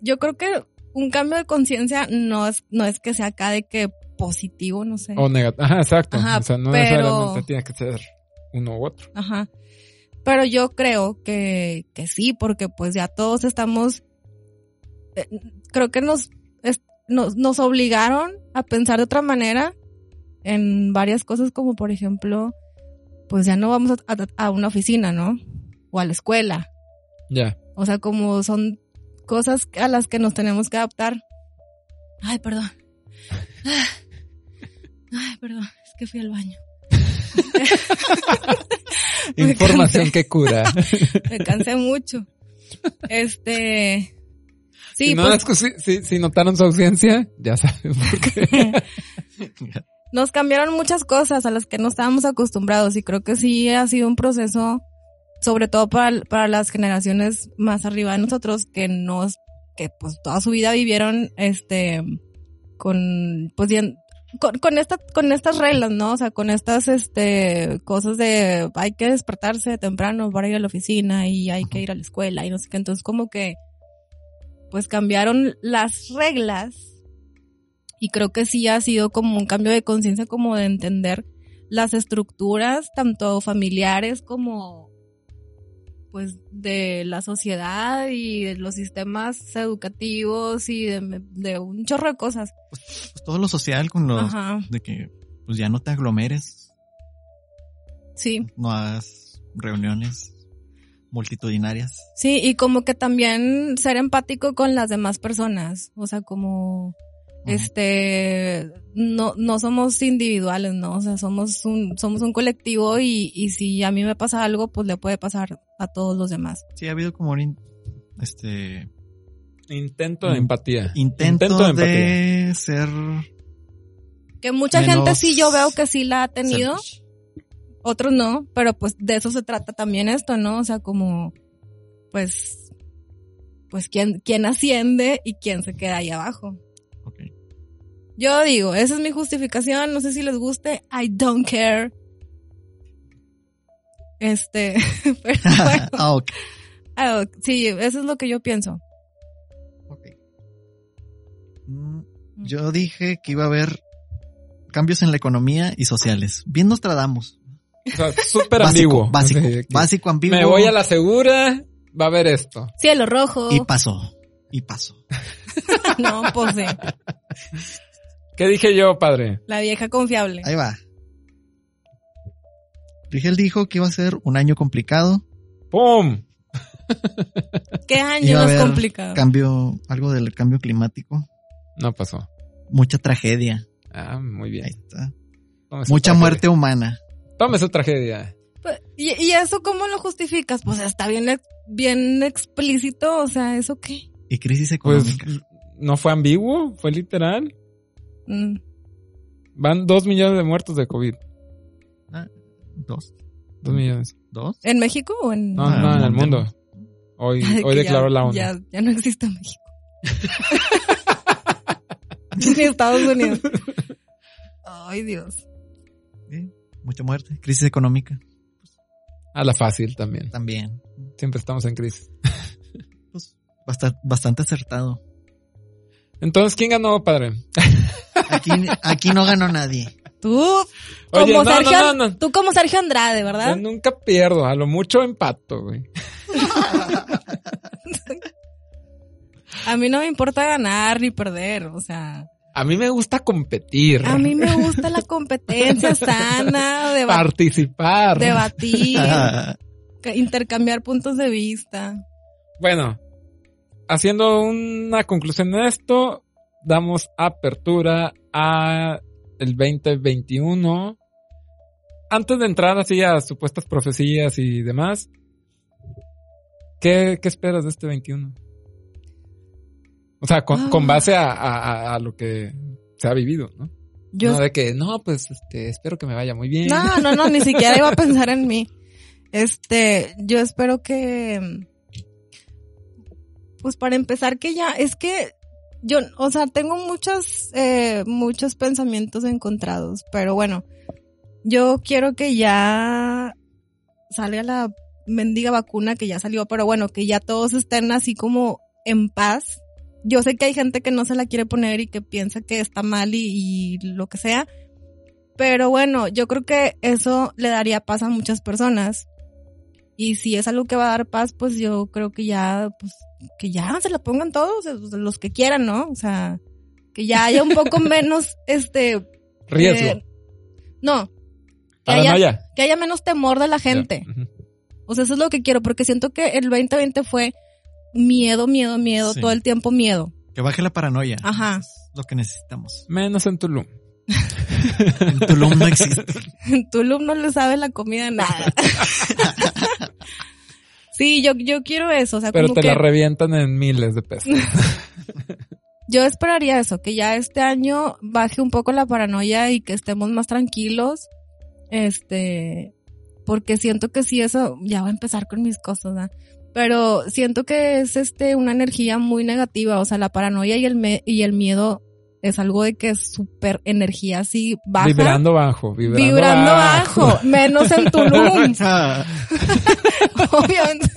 [SPEAKER 1] yo creo que un cambio de conciencia no es, no es que sea acá de que positivo, no sé.
[SPEAKER 2] O negativo. Ajá, exacto.
[SPEAKER 1] Ajá,
[SPEAKER 2] o sea, no
[SPEAKER 1] pero-
[SPEAKER 2] necesariamente tiene que ser uno u otro.
[SPEAKER 1] Ajá. Pero yo creo que, que sí, porque pues ya todos estamos, eh, creo que nos, es- nos, nos obligaron a pensar de otra manera en varias cosas como por ejemplo, pues ya no vamos a, a- a una oficina, ¿no? O a la escuela.
[SPEAKER 2] Ya.
[SPEAKER 1] O sea, como son cosas a las que nos tenemos que adaptar. Ay, perdón. Ah. Ay, perdón, es que fui al baño. Me
[SPEAKER 2] <laughs> Información que cura.
[SPEAKER 1] Me cansé mucho. Este. <laughs> Sí,
[SPEAKER 2] si, no
[SPEAKER 1] pues
[SPEAKER 2] las cu- si- si- si notaron su ausencia, ya saben por qué.
[SPEAKER 1] nos cambiaron muchas cosas a las que no estábamos acostumbrados y creo que sí ha sido un proceso, sobre todo para, para las generaciones más arriba de nosotros que nos, que pues toda su vida vivieron este, con, pues bien, con, con esta, con estas reglas, ¿no? O sea, con estas, este, cosas de hay que despertarse temprano para ir a la oficina y hay que ir a la escuela y no sé qué. Entonces como que, pues cambiaron las reglas y creo que sí ha sido como un cambio de conciencia, como de entender las estructuras, tanto familiares como pues de la sociedad y de los sistemas educativos y de, de un chorro de cosas.
[SPEAKER 3] pues, todo lo social con los
[SPEAKER 1] Ajá,
[SPEAKER 3] de que pues ya no te aglomeres,
[SPEAKER 1] sí.
[SPEAKER 3] no hagas reuniones multitudinarias.
[SPEAKER 1] Sí, y como que también ser empático con las demás personas, o sea, como este no no somos individuales, ¿no? O sea, somos un somos un colectivo y y si a mí me pasa algo, pues le puede pasar a todos los demás.
[SPEAKER 3] Sí, ha habido como un in- este
[SPEAKER 2] Intento de
[SPEAKER 3] Mm.
[SPEAKER 2] empatía.
[SPEAKER 3] intento,
[SPEAKER 2] empatía.
[SPEAKER 3] de, ser
[SPEAKER 1] Que mucha
[SPEAKER 3] Menos
[SPEAKER 1] gente sí yo veo que sí la ha tenido,
[SPEAKER 3] selfish.
[SPEAKER 1] otros no, pero pues de eso se trata también esto, ¿no? O sea, como pues pues quién quién asciende y quién se queda ahí abajo.
[SPEAKER 3] Ok.
[SPEAKER 1] Yo digo, esa es mi justificación, no sé si les guste, I don't care. Este, <laughs> pero bueno,
[SPEAKER 3] <laughs> <laughs> Ah, ok.
[SPEAKER 1] ah, sí, eso es lo que yo pienso.
[SPEAKER 3] Ok. Mm, Yo dije que iba a haber cambios en la economía y sociales. Bien nos tradamos.
[SPEAKER 2] <laughs> O sea, súper
[SPEAKER 3] Básico,
[SPEAKER 2] ambiguo.
[SPEAKER 3] Básico,
[SPEAKER 2] Así que
[SPEAKER 3] básico, ambiguo.
[SPEAKER 2] Me voy a la segura, va a haber esto.
[SPEAKER 1] Cielo rojo.
[SPEAKER 3] Y pasó. Y pasó.
[SPEAKER 1] <laughs> no, pues sí,
[SPEAKER 2] ¿Qué dije yo, padre?
[SPEAKER 1] la vieja confiable.
[SPEAKER 3] Ahí va. Rigel dijo que iba a ser un año complicado.
[SPEAKER 2] ¡Pum!
[SPEAKER 1] ¿Qué año
[SPEAKER 3] Iba a
[SPEAKER 1] más
[SPEAKER 3] haber
[SPEAKER 1] complicado?
[SPEAKER 3] Cambio, algo del cambio climático.
[SPEAKER 2] No pasó.
[SPEAKER 3] Mucha tragedia.
[SPEAKER 2] Ah, muy bien.
[SPEAKER 3] Ahí está.
[SPEAKER 2] Tome su
[SPEAKER 3] Mucha
[SPEAKER 2] tragedia.
[SPEAKER 3] muerte humana.
[SPEAKER 2] Tome su tragedia.
[SPEAKER 1] Pues, ¿Y, y eso cómo lo justificas? Pues está bien, ex- bien explícito, o sea, ¿eso qué?
[SPEAKER 3] Y crisis
[SPEAKER 2] Pues
[SPEAKER 3] económica.
[SPEAKER 2] no fue ambiguo, fue literal.
[SPEAKER 1] Mm,
[SPEAKER 2] Van dos millones de muertos de COVID.
[SPEAKER 3] dos.
[SPEAKER 2] Dos millones.
[SPEAKER 3] Dos.
[SPEAKER 1] ¿En México o en...?
[SPEAKER 2] No,
[SPEAKER 3] Ah,
[SPEAKER 2] no, en el
[SPEAKER 3] mundial.
[SPEAKER 2] mundo.
[SPEAKER 1] <laughs>
[SPEAKER 2] Hoy,
[SPEAKER 1] Ay,
[SPEAKER 2] hoy
[SPEAKER 1] que
[SPEAKER 2] declaró
[SPEAKER 1] ya-
[SPEAKER 2] la ONU.
[SPEAKER 1] Ya, ya no existe México. <laughs> Ni Estados Unidos. Ay, Dios.
[SPEAKER 3] Eh, Mucha muerte. Crisis económica.
[SPEAKER 2] A la fácil también.
[SPEAKER 3] También.
[SPEAKER 2] Siempre estamos en crisis.
[SPEAKER 3] Pues basta- bastante acertado.
[SPEAKER 2] Entonces, ¿quién ganó, padre?
[SPEAKER 3] Aquí, aquí no ganó
[SPEAKER 1] <laughs>
[SPEAKER 3] nadie.
[SPEAKER 1] Tú, como
[SPEAKER 2] Oye, no,
[SPEAKER 1] Sergio,
[SPEAKER 2] no, no, no.
[SPEAKER 1] tú como Sergio Andrade, ¿verdad?
[SPEAKER 2] Yo nunca pierdo, a lo mucho empato, güey.
[SPEAKER 1] A mí no me importa ganar ni perder, o sea,
[SPEAKER 2] A mí me gusta competir.
[SPEAKER 1] A mí me gusta la
[SPEAKER 2] <laughs>
[SPEAKER 1] competencia sana, deba-
[SPEAKER 2] participar. <laughs>
[SPEAKER 1] debatir,
[SPEAKER 3] Ah,
[SPEAKER 1] ca- intercambiar puntos de vista.
[SPEAKER 2] Bueno, haciendo una conclusión de esto, damos apertura a el 2021. Antes de entrar así a supuestas profecías y demás, ¿qué, qué esperas de este 21? O sea, con,
[SPEAKER 1] Ah.
[SPEAKER 2] con base a, a- a- a lo que se ha vivido, ¿no?
[SPEAKER 1] Yo
[SPEAKER 2] no de que, no, pues este, espero que me vaya muy bien.
[SPEAKER 1] No, no, no, ni siquiera iba a pensar en mí. Este, yo espero que, pues para empezar que ya, es que yo, o sea, tengo muchas, eh, muchos pensamientos encontrados, pero bueno, yo quiero que ya salga la mendiga vacuna que ya salió, pero bueno, que ya todos estén así como en paz. Yo sé que hay gente que no se la quiere poner y que piensa que está mal y- y lo que sea, pero bueno, yo creo que eso le daría paz a muchas personas. Y si es algo que va a dar paz, pues yo creo que ya, pues, que ya se la pongan todos, eh, pues, los que quieran, ¿no? O sea, que ya haya un
[SPEAKER 2] <laughs>
[SPEAKER 1] poco menos, este...
[SPEAKER 2] Riesgo. Ah,
[SPEAKER 1] eh, no, que haya,
[SPEAKER 2] Paranoia.
[SPEAKER 1] que haya menos temor de la gente.
[SPEAKER 2] Ya, ujú.
[SPEAKER 1] O sea, eso es lo que quiero, porque siento que el 2020 fue miedo, miedo, miedo,
[SPEAKER 3] Sí.
[SPEAKER 1] todo el tiempo miedo.
[SPEAKER 3] <laughs>
[SPEAKER 1] <laughs>
[SPEAKER 3] que baje la paranoia.
[SPEAKER 1] Ajá.
[SPEAKER 3] Eso es lo que
[SPEAKER 2] <laughs>
[SPEAKER 3] necesitamos.
[SPEAKER 2] Menos en Tulum.
[SPEAKER 3] El Tulum no existe.
[SPEAKER 1] En Tulum no le sabe la comida a nada.
[SPEAKER 2] <laughs>
[SPEAKER 1] <laughs> sí, yo, yo quiero eso. O sea,
[SPEAKER 2] Pero
[SPEAKER 1] como
[SPEAKER 2] te
[SPEAKER 1] que
[SPEAKER 2] la revientan en miles de pesos.
[SPEAKER 1] yo esperaría eso, que ya este año baje un poco la paranoia y que estemos más tranquilos. Este, porque siento que sí, eso, ya va a empezar con mis cosas, ¿verdad? Pero siento que es este una energía muy negativa. O sea, la paranoia y el me- y el miedo es algo de que es súper energía así baja.
[SPEAKER 2] Vibrando bajo, vibrando,
[SPEAKER 1] Vibrando
[SPEAKER 2] bajo.
[SPEAKER 1] bajo, menos en <laughs> Tulum.
[SPEAKER 3] Ah,
[SPEAKER 1] <laughs> Obviamente.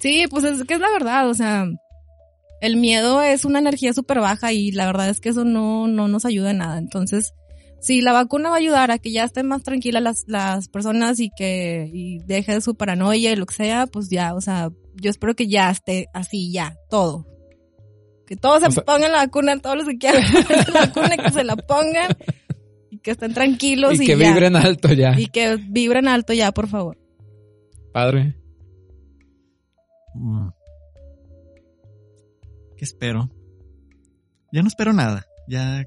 [SPEAKER 1] Sí, pues es que es la verdad, o sea, el miedo es una energía súper baja y la verdad es que eso no, no nos ayuda en nada. Entonces, sí, la vacuna va a ayudar a que ya estén más tranquilas las, las personas y que y deje su paranoia y lo que sea, pues ya, o sea, yo espero que ya esté así, ya, todo. Que todos se
[SPEAKER 2] O sea-
[SPEAKER 1] pongan la vacuna, todos los que quieran <laughs> ponerse la vacuna, que se la pongan y que estén tranquilos y,
[SPEAKER 2] Y que
[SPEAKER 1] ya.
[SPEAKER 2] vibren alto ya.
[SPEAKER 1] Y que vibren alto ya, por favor.
[SPEAKER 2] Padre.
[SPEAKER 3] <laughs> mm. ¿Qué espero? Ya no espero nada. Ya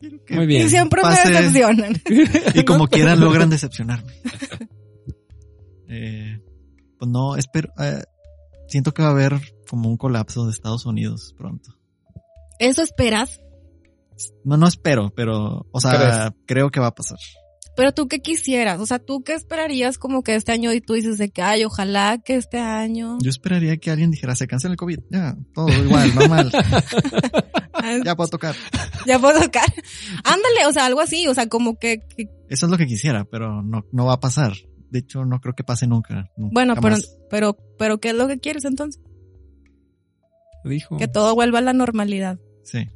[SPEAKER 3] quiero que-
[SPEAKER 2] Muy bien.
[SPEAKER 1] Y siempre
[SPEAKER 3] Pase.
[SPEAKER 1] me decepcionan.
[SPEAKER 3] Y como quieran
[SPEAKER 1] <laughs>
[SPEAKER 3] logran decepcionarme. Eh, pues no, espero. eh, siento que va a haber como un colapso de Estados Unidos pronto.
[SPEAKER 1] Eso esperas.
[SPEAKER 3] No, no espero, pero, o sea, creo que va a pasar.
[SPEAKER 1] Pero tú qué quisieras, o sea, tú qué esperarías como que este año y tú dices de que, ay, ojalá que este año. <laughs>
[SPEAKER 3] Yo esperaría que alguien dijera, se cancela el COVID. Ya, todo igual, normal.
[SPEAKER 1] Ah,
[SPEAKER 3] ya puedo tocar.
[SPEAKER 1] ya puedo tocar. Ándale, o sea, algo así, o sea, como que, que-
[SPEAKER 3] Eso es lo que quisiera, pero no, no va a pasar. De hecho, no creo que pase nunca. nunca,
[SPEAKER 1] bueno, pero,
[SPEAKER 3] jamás.
[SPEAKER 1] pero, pero ¿qué es lo que quieres entonces?
[SPEAKER 2] Dijo.
[SPEAKER 1] Que todo vuelva a la normalidad
[SPEAKER 3] Sí.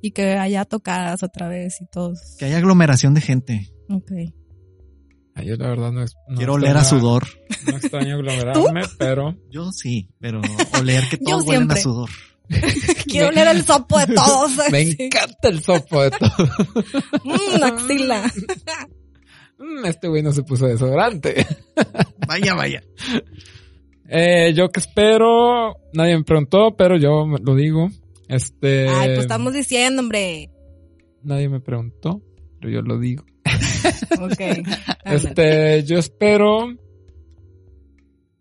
[SPEAKER 1] y que haya tocadas otra vez y todo.
[SPEAKER 3] Que haya aglomeración de gente.
[SPEAKER 2] <laughs>
[SPEAKER 1] Ok.
[SPEAKER 2] Ay, yo la verdad no, es- no extraño-
[SPEAKER 3] Quiero oler a sudor.
[SPEAKER 1] <laughs>
[SPEAKER 2] No extraño aglomerarme, pero
[SPEAKER 3] Yo sí, pero oler que
[SPEAKER 1] <laughs> Yo
[SPEAKER 3] todos huelen a
[SPEAKER 1] siempre.
[SPEAKER 3] sudor.
[SPEAKER 1] Quiero oler el sopo de todos.
[SPEAKER 2] <laughs> me
[SPEAKER 1] así.
[SPEAKER 2] encanta el sopo
[SPEAKER 1] <laughs>
[SPEAKER 2] de todo.
[SPEAKER 1] Mm, axila.
[SPEAKER 2] Mm, Este güey no se puso desodorante. <laughs>
[SPEAKER 3] Vaya, vaya.
[SPEAKER 2] Eh, yo que espero, nadie me preguntó, pero yo lo digo. Este.
[SPEAKER 1] Ay, pues estamos diciendo, hombre.
[SPEAKER 2] Nadie me preguntó, pero yo lo digo. <laughs>
[SPEAKER 1] Ok. Ándale.
[SPEAKER 2] Este, yo espero.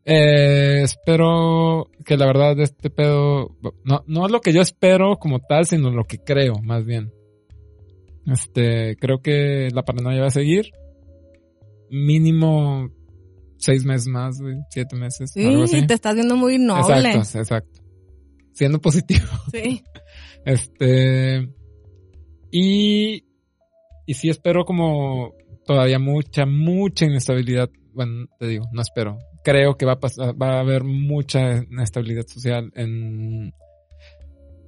[SPEAKER 2] eh, espero que la verdad de este pedo. No, no es lo que yo espero como tal, sino lo que creo, más bien. Este, creo que la paranoia va a seguir. Mínimo seis meses más, güey, siete meses. algo así.
[SPEAKER 1] Sí, te estás viendo muy noble.
[SPEAKER 2] exacto, exacto. Siendo positivo.
[SPEAKER 1] Sí.
[SPEAKER 2] Este. Y. Y sí espero como todavía mucha, mucha inestabilidad. Bueno, te digo, no espero. Creo que va a pasar, va a haber mucha inestabilidad social en,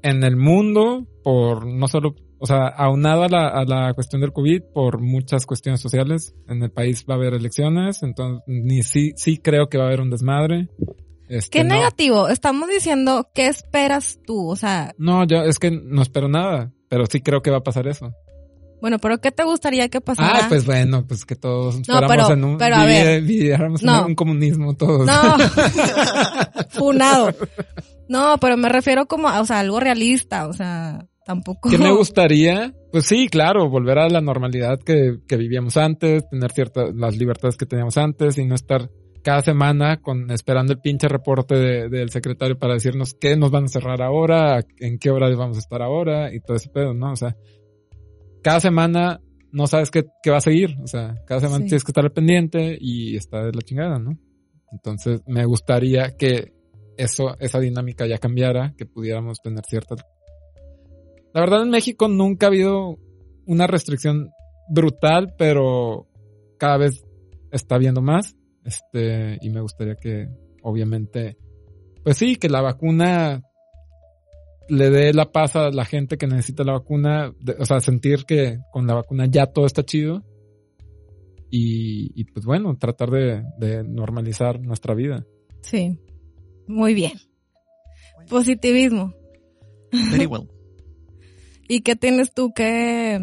[SPEAKER 2] en el mundo por no solo, o sea, aunado a la, a la cuestión del COVID por muchas cuestiones sociales. En el país va a haber elecciones, entonces ni sí, sí creo que va a haber un desmadre. Este,
[SPEAKER 1] Qué
[SPEAKER 2] no-
[SPEAKER 1] negativo. Estamos diciendo qué esperas tú, o sea,
[SPEAKER 2] no, yo es que no espero nada. Pero sí creo que va a pasar eso.
[SPEAKER 1] Bueno, pero ¿qué te gustaría que pasara?
[SPEAKER 2] Ah, pues bueno, pues que todos
[SPEAKER 1] No,
[SPEAKER 2] fuéramos
[SPEAKER 1] pero-
[SPEAKER 2] en un,
[SPEAKER 1] pero a
[SPEAKER 2] vivi-
[SPEAKER 1] ver.
[SPEAKER 2] viviéramos en
[SPEAKER 1] No.
[SPEAKER 2] un comunismo todos. <laughs>
[SPEAKER 1] No. Funado. No, pero me refiero como, a, o sea, algo realista, o sea, tampoco. <laughs>
[SPEAKER 2] ¿Qué me gustaría? Pues sí, claro, volver a la normalidad que, que vivíamos antes, tener ciertas las libertades que teníamos antes y no estar cada semana con esperando el pinche reporte de- del secretario para decirnos qué nos van a cerrar ahora, en qué horas vamos a estar ahora y todo ese pedo, ¿no? O sea, cada semana no sabes qué, qué va a seguir, o sea, cada semana
[SPEAKER 1] Sí.
[SPEAKER 2] tienes que estar al pendiente y está de la chingada, ¿no? Entonces, me gustaría que eso, esa dinámica ya cambiara, que pudiéramos tener cierta... La verdad en México nunca ha habido una restricción brutal, pero cada vez está viendo más. Este, y me gustaría que, obviamente, pues sí, que la vacuna le dé la paz a la gente que necesita la vacuna, de- o sea, sentir que con la vacuna ya todo está chido. Y, y, pues bueno, tratar de- de normalizar nuestra vida.
[SPEAKER 1] Sí. Muy bien. Positivismo.
[SPEAKER 3] Very well.
[SPEAKER 1] ¿Y qué tienes tú? ¿Qué,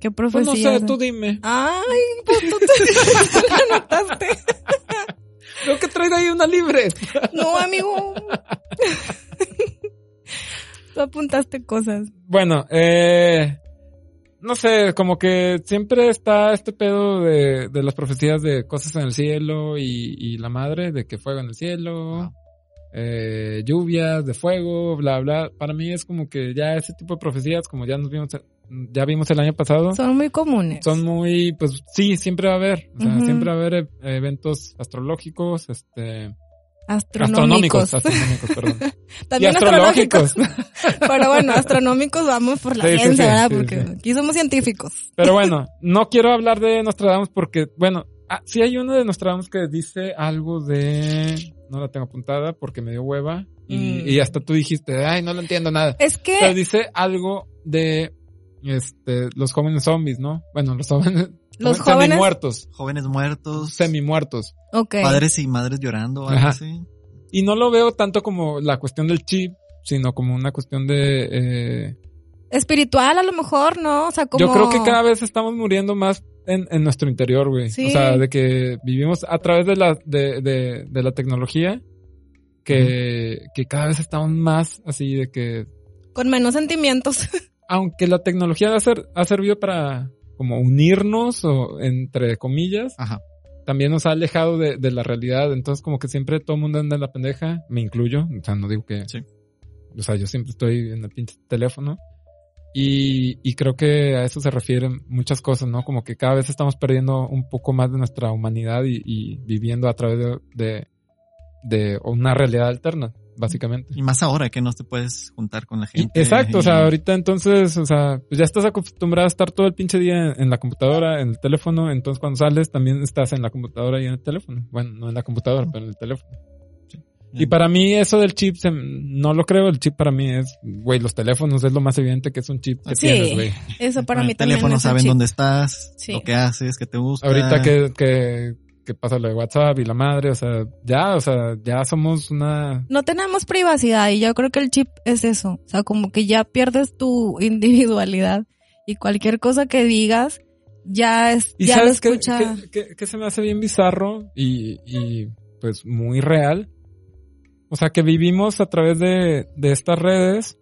[SPEAKER 1] qué
[SPEAKER 2] Pues
[SPEAKER 1] profecía?
[SPEAKER 2] no sé, tú dime.
[SPEAKER 1] Ay, pues tú te <laughs> la
[SPEAKER 2] <laughs>
[SPEAKER 1] anotaste.
[SPEAKER 2] Creo que traes ahí una libre.
[SPEAKER 1] No,
[SPEAKER 2] <laughs>
[SPEAKER 1] amigo. Tú apuntaste cosas.
[SPEAKER 2] Bueno, eh, no sé, como que siempre está este pedo de, de las profecías de cosas en el cielo y, y la madre, de que fuego en el cielo,
[SPEAKER 3] Ah.
[SPEAKER 2] eh, lluvias de fuego, bla, bla. Para mí es como que ya ese tipo de profecías, como ya nos vimos, ya vimos el año pasado.
[SPEAKER 1] Son muy comunes.
[SPEAKER 2] son muy, pues sí, siempre va a haber, o sea,
[SPEAKER 1] Ujú.
[SPEAKER 2] siempre va a haber e- eventos astrológicos, este,
[SPEAKER 1] astronómicos. <laughs>
[SPEAKER 2] astronómicos, perdón, y
[SPEAKER 1] También
[SPEAKER 2] astrológicos.
[SPEAKER 1] <laughs> Pero bueno, astronómicos vamos por la
[SPEAKER 2] Sí, sí,
[SPEAKER 1] ciencia,
[SPEAKER 2] sí,
[SPEAKER 1] ¿verdad?
[SPEAKER 2] sí,
[SPEAKER 1] Porque
[SPEAKER 2] sí.
[SPEAKER 1] aquí somos científicos.
[SPEAKER 2] Pero bueno, no quiero hablar de Nostradamus porque, bueno, ah, sí hay uno de Nostradamus que dice algo de, no la tengo apuntada porque me dio hueva y,
[SPEAKER 1] Mm.
[SPEAKER 2] y hasta tú dijiste, ay, no lo entiendo nada.
[SPEAKER 1] Es que <laughs>
[SPEAKER 2] Pero dice algo de, este, los jóvenes zombies, ¿no? Bueno, los jóvenes,
[SPEAKER 1] los jóvenes.
[SPEAKER 2] semi-muertos,
[SPEAKER 3] Jóvenes muertos,
[SPEAKER 2] semi-muertos.
[SPEAKER 1] Ok.
[SPEAKER 3] padres y madres llorando, algo
[SPEAKER 2] Ajá.
[SPEAKER 3] así.
[SPEAKER 2] Y no lo veo tanto como la cuestión del chip, sino como una cuestión de... eh,
[SPEAKER 1] Espiritual, a lo mejor, ¿no? O sea, como.
[SPEAKER 2] Yo creo que cada vez estamos muriendo más en, en nuestro interior, güey.
[SPEAKER 1] Sí.
[SPEAKER 2] O sea, de que vivimos a través de la, de, de, de la tecnología, que, que cada vez estamos más así de que...
[SPEAKER 1] Con menos sentimientos. <laughs>
[SPEAKER 2] Aunque la tecnología ha, ser- ha servido para como unirnos, o entre comillas,
[SPEAKER 3] Ajá.
[SPEAKER 2] también nos ha alejado de, de la realidad. Entonces, como que siempre todo el mundo anda en la pendeja, me incluyo. O sea, no digo que.
[SPEAKER 3] Sí.
[SPEAKER 2] O sea, yo siempre estoy en el pinche teléfono. Y, y creo que a eso se refieren muchas cosas, ¿no? Como que cada vez estamos perdiendo un poco más de nuestra humanidad y, y viviendo a través de, de, de una realidad alterna, básicamente.
[SPEAKER 3] Y más ahora que no te puedes juntar con la
[SPEAKER 2] Y-
[SPEAKER 3] gente.
[SPEAKER 2] exacto, o
[SPEAKER 3] y-
[SPEAKER 2] sea, ahorita entonces, o sea, pues ya estás acostumbrado a estar todo el pinche día en, en la computadora, en el teléfono, entonces cuando sales también estás en la computadora y en el teléfono. Bueno, no en la computadora, pero en el teléfono. Y para mí eso del chip, se- no lo creo, el chip para mí es, güey, los teléfonos es lo más evidente que es un chip que
[SPEAKER 1] Sí.
[SPEAKER 2] tienes, güey.
[SPEAKER 1] Eso para
[SPEAKER 3] Con
[SPEAKER 1] mí
[SPEAKER 3] el
[SPEAKER 1] también.
[SPEAKER 3] teléfono
[SPEAKER 1] es un
[SPEAKER 3] saben
[SPEAKER 1] chip.
[SPEAKER 3] dónde estás,
[SPEAKER 1] Sí.
[SPEAKER 3] lo que haces, que te gusta.
[SPEAKER 2] Ahorita que, que, que pasa lo de WhatsApp y la madre, o sea, ya, o sea, ya somos una...
[SPEAKER 1] No tenemos privacidad y yo creo que el chip es eso. O sea, como que ya pierdes tu <laughs> individualidad y cualquier cosa que digas ya es.
[SPEAKER 2] Y
[SPEAKER 1] ya lo
[SPEAKER 2] sabes que,
[SPEAKER 1] escucha.
[SPEAKER 2] se me hace bien bizarro y, y, pues muy real. O sea, que vivimos a través de, de estas redes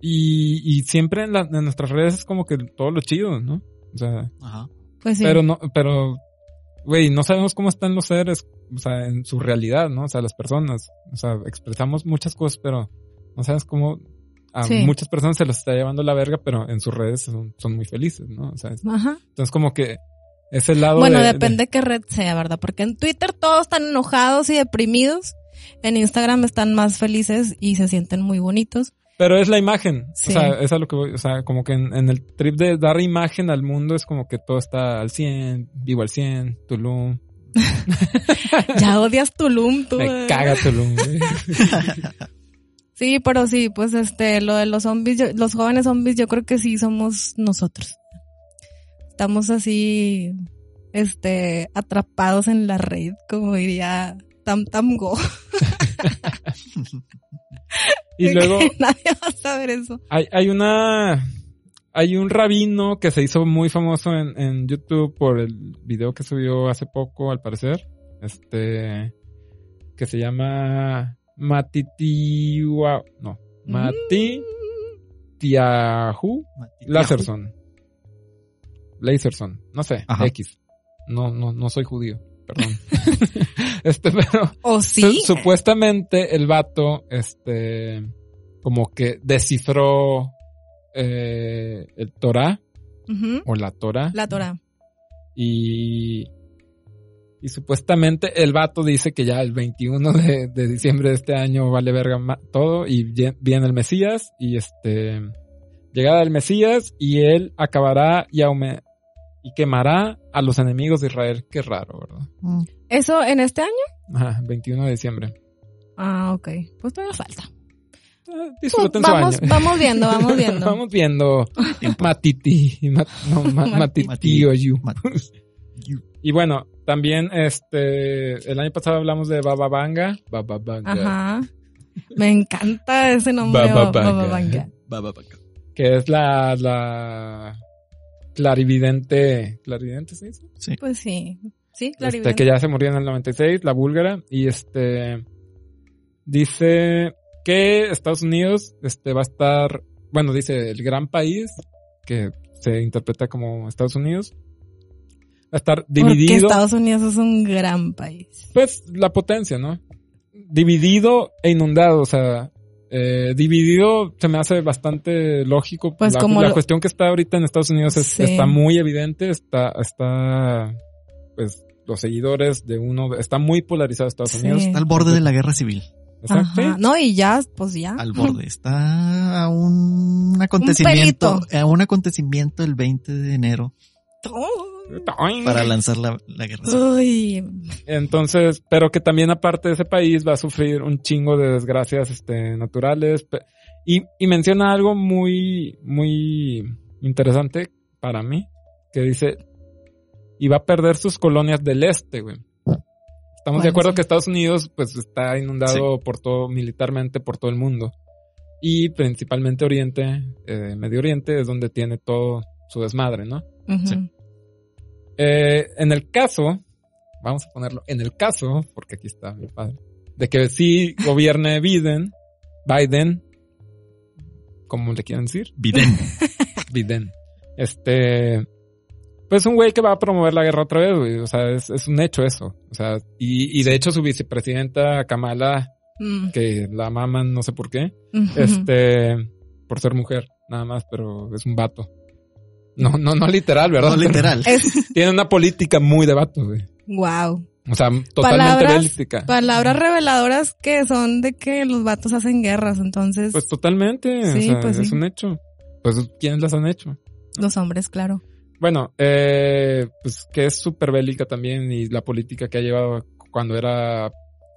[SPEAKER 2] y, y siempre en, la- en nuestras redes es como que todo lo chido, ¿no? O sea,
[SPEAKER 3] Ajá.
[SPEAKER 1] Pues sí.
[SPEAKER 2] pero no, pero, güey, no sabemos cómo están los seres, o sea, en su realidad, ¿no? O sea, las personas, o sea, expresamos muchas cosas, pero no sabes cómo a
[SPEAKER 1] Sí.
[SPEAKER 2] muchas personas se los está llevando la verga, pero en sus redes son, son muy felices, ¿no? O sea, es-
[SPEAKER 1] Ajá.
[SPEAKER 2] entonces como que ese lado
[SPEAKER 1] Bueno,
[SPEAKER 2] de-
[SPEAKER 1] depende qué red sea, ¿verdad? Porque en Twitter todos están enojados y deprimidos. En Instagram están más felices y se sienten muy
[SPEAKER 2] <laughs>
[SPEAKER 1] bonitos.
[SPEAKER 2] de- pero es la imagen,
[SPEAKER 1] Sí.
[SPEAKER 2] o sea, es a lo que voy, o sea, como que en, en el trip de dar imagen al mundo es como que todo está al 100, vivo al 100, Tulum,
[SPEAKER 1] Ya odias Tulum, tú.
[SPEAKER 2] me
[SPEAKER 1] ¿verdad?
[SPEAKER 2] caga
[SPEAKER 1] <laughs>
[SPEAKER 2] Tulum. güey.
[SPEAKER 1] Sí, pero sí, pues este, lo de los zombies, yo- los jóvenes zombies, yo creo que sí somos nosotros. Estamos así, este, atrapados en la red, como diría Tam Tam Go. <laughs>
[SPEAKER 2] Y luego
[SPEAKER 1] Nadie va a saber eso.
[SPEAKER 2] hay, hay una. Hay un rabino que se hizo muy famoso en, en YouTube por el video que subió hace poco, al parecer. Este. Que se llama. Matitiwa. No.
[SPEAKER 1] Mm.
[SPEAKER 2] Mati. Tiahu. Lazerson. Lazerson. No sé.
[SPEAKER 3] Ajá.
[SPEAKER 2] X. No, no, no soy judío. Perdón. <laughs> este, pero.
[SPEAKER 1] ¿O
[SPEAKER 2] Su-
[SPEAKER 1] sí?
[SPEAKER 2] Supuestamente el vato, este, como que descifró eh, el Torah
[SPEAKER 1] Ujú.
[SPEAKER 2] o la Torah.
[SPEAKER 1] La Torah.
[SPEAKER 2] Y, y supuestamente el vato dice que ya el 21 de, de diciembre de este año vale verga ma- todo y vie- viene el Mesías y este, llegada del Mesías y él acabará y, aume- y quemará a los enemigos de Israel. Qué raro, ¿verdad?
[SPEAKER 1] ¿Eso en este año?
[SPEAKER 2] Ajá, 21 de diciembre.
[SPEAKER 1] Ah, ok. Pues todavía falta.
[SPEAKER 2] Eh, Disfruten su
[SPEAKER 1] Pues vamos,
[SPEAKER 2] año.
[SPEAKER 1] vamos viendo,
[SPEAKER 2] <laughs>
[SPEAKER 1] vamos viendo.
[SPEAKER 2] Vamos viendo Matiti, Ma- no, Ma-
[SPEAKER 1] Matiti.
[SPEAKER 2] Matiti Oyu. <laughs>
[SPEAKER 3] Mat-
[SPEAKER 2] Y bueno, también este el año pasado hablamos de Baba Vanga. Baba Vanga.
[SPEAKER 1] Ajá. Me encanta ese nombre.
[SPEAKER 2] Baba
[SPEAKER 1] Baba
[SPEAKER 2] Vanga.
[SPEAKER 1] Vanga.
[SPEAKER 2] Que es la, la clarividente. ¿Clarividente se dice?
[SPEAKER 3] Sí.
[SPEAKER 1] Pues sí. Sí, claro.
[SPEAKER 2] Este, que ya se murió en el 96, la búlgara. Y este dice que Estados Unidos este, va a estar, bueno, dice el gran país, que se interpreta como Estados Unidos, va a estar
[SPEAKER 1] Porque
[SPEAKER 2] dividido.
[SPEAKER 1] Estados Unidos es un gran país.
[SPEAKER 2] Pues la potencia, ¿no? Dividido e inundado, o sea, eh, dividido se me hace bastante lógico.
[SPEAKER 1] Pues
[SPEAKER 2] la,
[SPEAKER 1] como
[SPEAKER 2] la
[SPEAKER 1] lo-
[SPEAKER 2] cuestión que está ahorita en Estados Unidos es-
[SPEAKER 1] Sí.
[SPEAKER 2] está muy evidente, está, está, pues los seguidores de uno, está muy polarizado Estados
[SPEAKER 1] Sí.
[SPEAKER 2] Unidos.
[SPEAKER 3] Está al borde de la guerra civil.
[SPEAKER 2] Exacto.
[SPEAKER 1] Ajá. No, y ya, pues ya.
[SPEAKER 3] Al borde. Está a un acontecimiento.
[SPEAKER 1] pelito.
[SPEAKER 3] a un acontecimiento el 20 de enero para lanzar la, la guerra civil.
[SPEAKER 1] Uy,
[SPEAKER 2] Entonces, pero que también aparte de ese país va a sufrir un chingo de desgracias este, naturales. Pe- Y, y menciona algo muy, muy interesante para mí, que dice, y va a perder sus colonias del este, güey. Estamos de
[SPEAKER 1] Bueno,
[SPEAKER 2] acuerdo
[SPEAKER 1] sí.
[SPEAKER 2] que Estados Unidos pues está inundado por todo, militarmente por todo el mundo. Y principalmente Oriente, eh, Medio Oriente es donde tiene todo su desmadre, ¿no?
[SPEAKER 1] ujú.
[SPEAKER 3] Sí.
[SPEAKER 2] Eh, en el caso, vamos a ponerlo, en el caso, porque aquí está mi padre, de que sí gobierne Biden, Biden, como le quieren decir, <laughs>
[SPEAKER 3] Biden.
[SPEAKER 2] Biden, este, pues un güey que va a promover la guerra otra vez, güey, o sea, es, es un hecho eso, o sea, y, y de hecho su vicepresidenta Kamala,
[SPEAKER 1] Mm,
[SPEAKER 2] que la maman no sé por qué,
[SPEAKER 1] ujú.
[SPEAKER 2] este, por ser mujer, nada más, pero es un vato. No, no, no literal, ¿verdad?
[SPEAKER 3] No literal.
[SPEAKER 1] Es,
[SPEAKER 2] Tiene una política muy de vato, güey.
[SPEAKER 1] wow.
[SPEAKER 2] O sea, totalmente
[SPEAKER 1] Palabras-
[SPEAKER 2] bélica.
[SPEAKER 1] Palabras reveladoras que son de que los vatos hacen guerras, entonces
[SPEAKER 2] Pues totalmente. o
[SPEAKER 1] Sí,
[SPEAKER 2] sea,
[SPEAKER 1] pues sí.
[SPEAKER 2] es un hecho. Pues, ¿quiénes las han hecho?
[SPEAKER 1] los hombres, claro.
[SPEAKER 2] Bueno, eh, pues que es súper bélica también y la política que ha llevado cuando era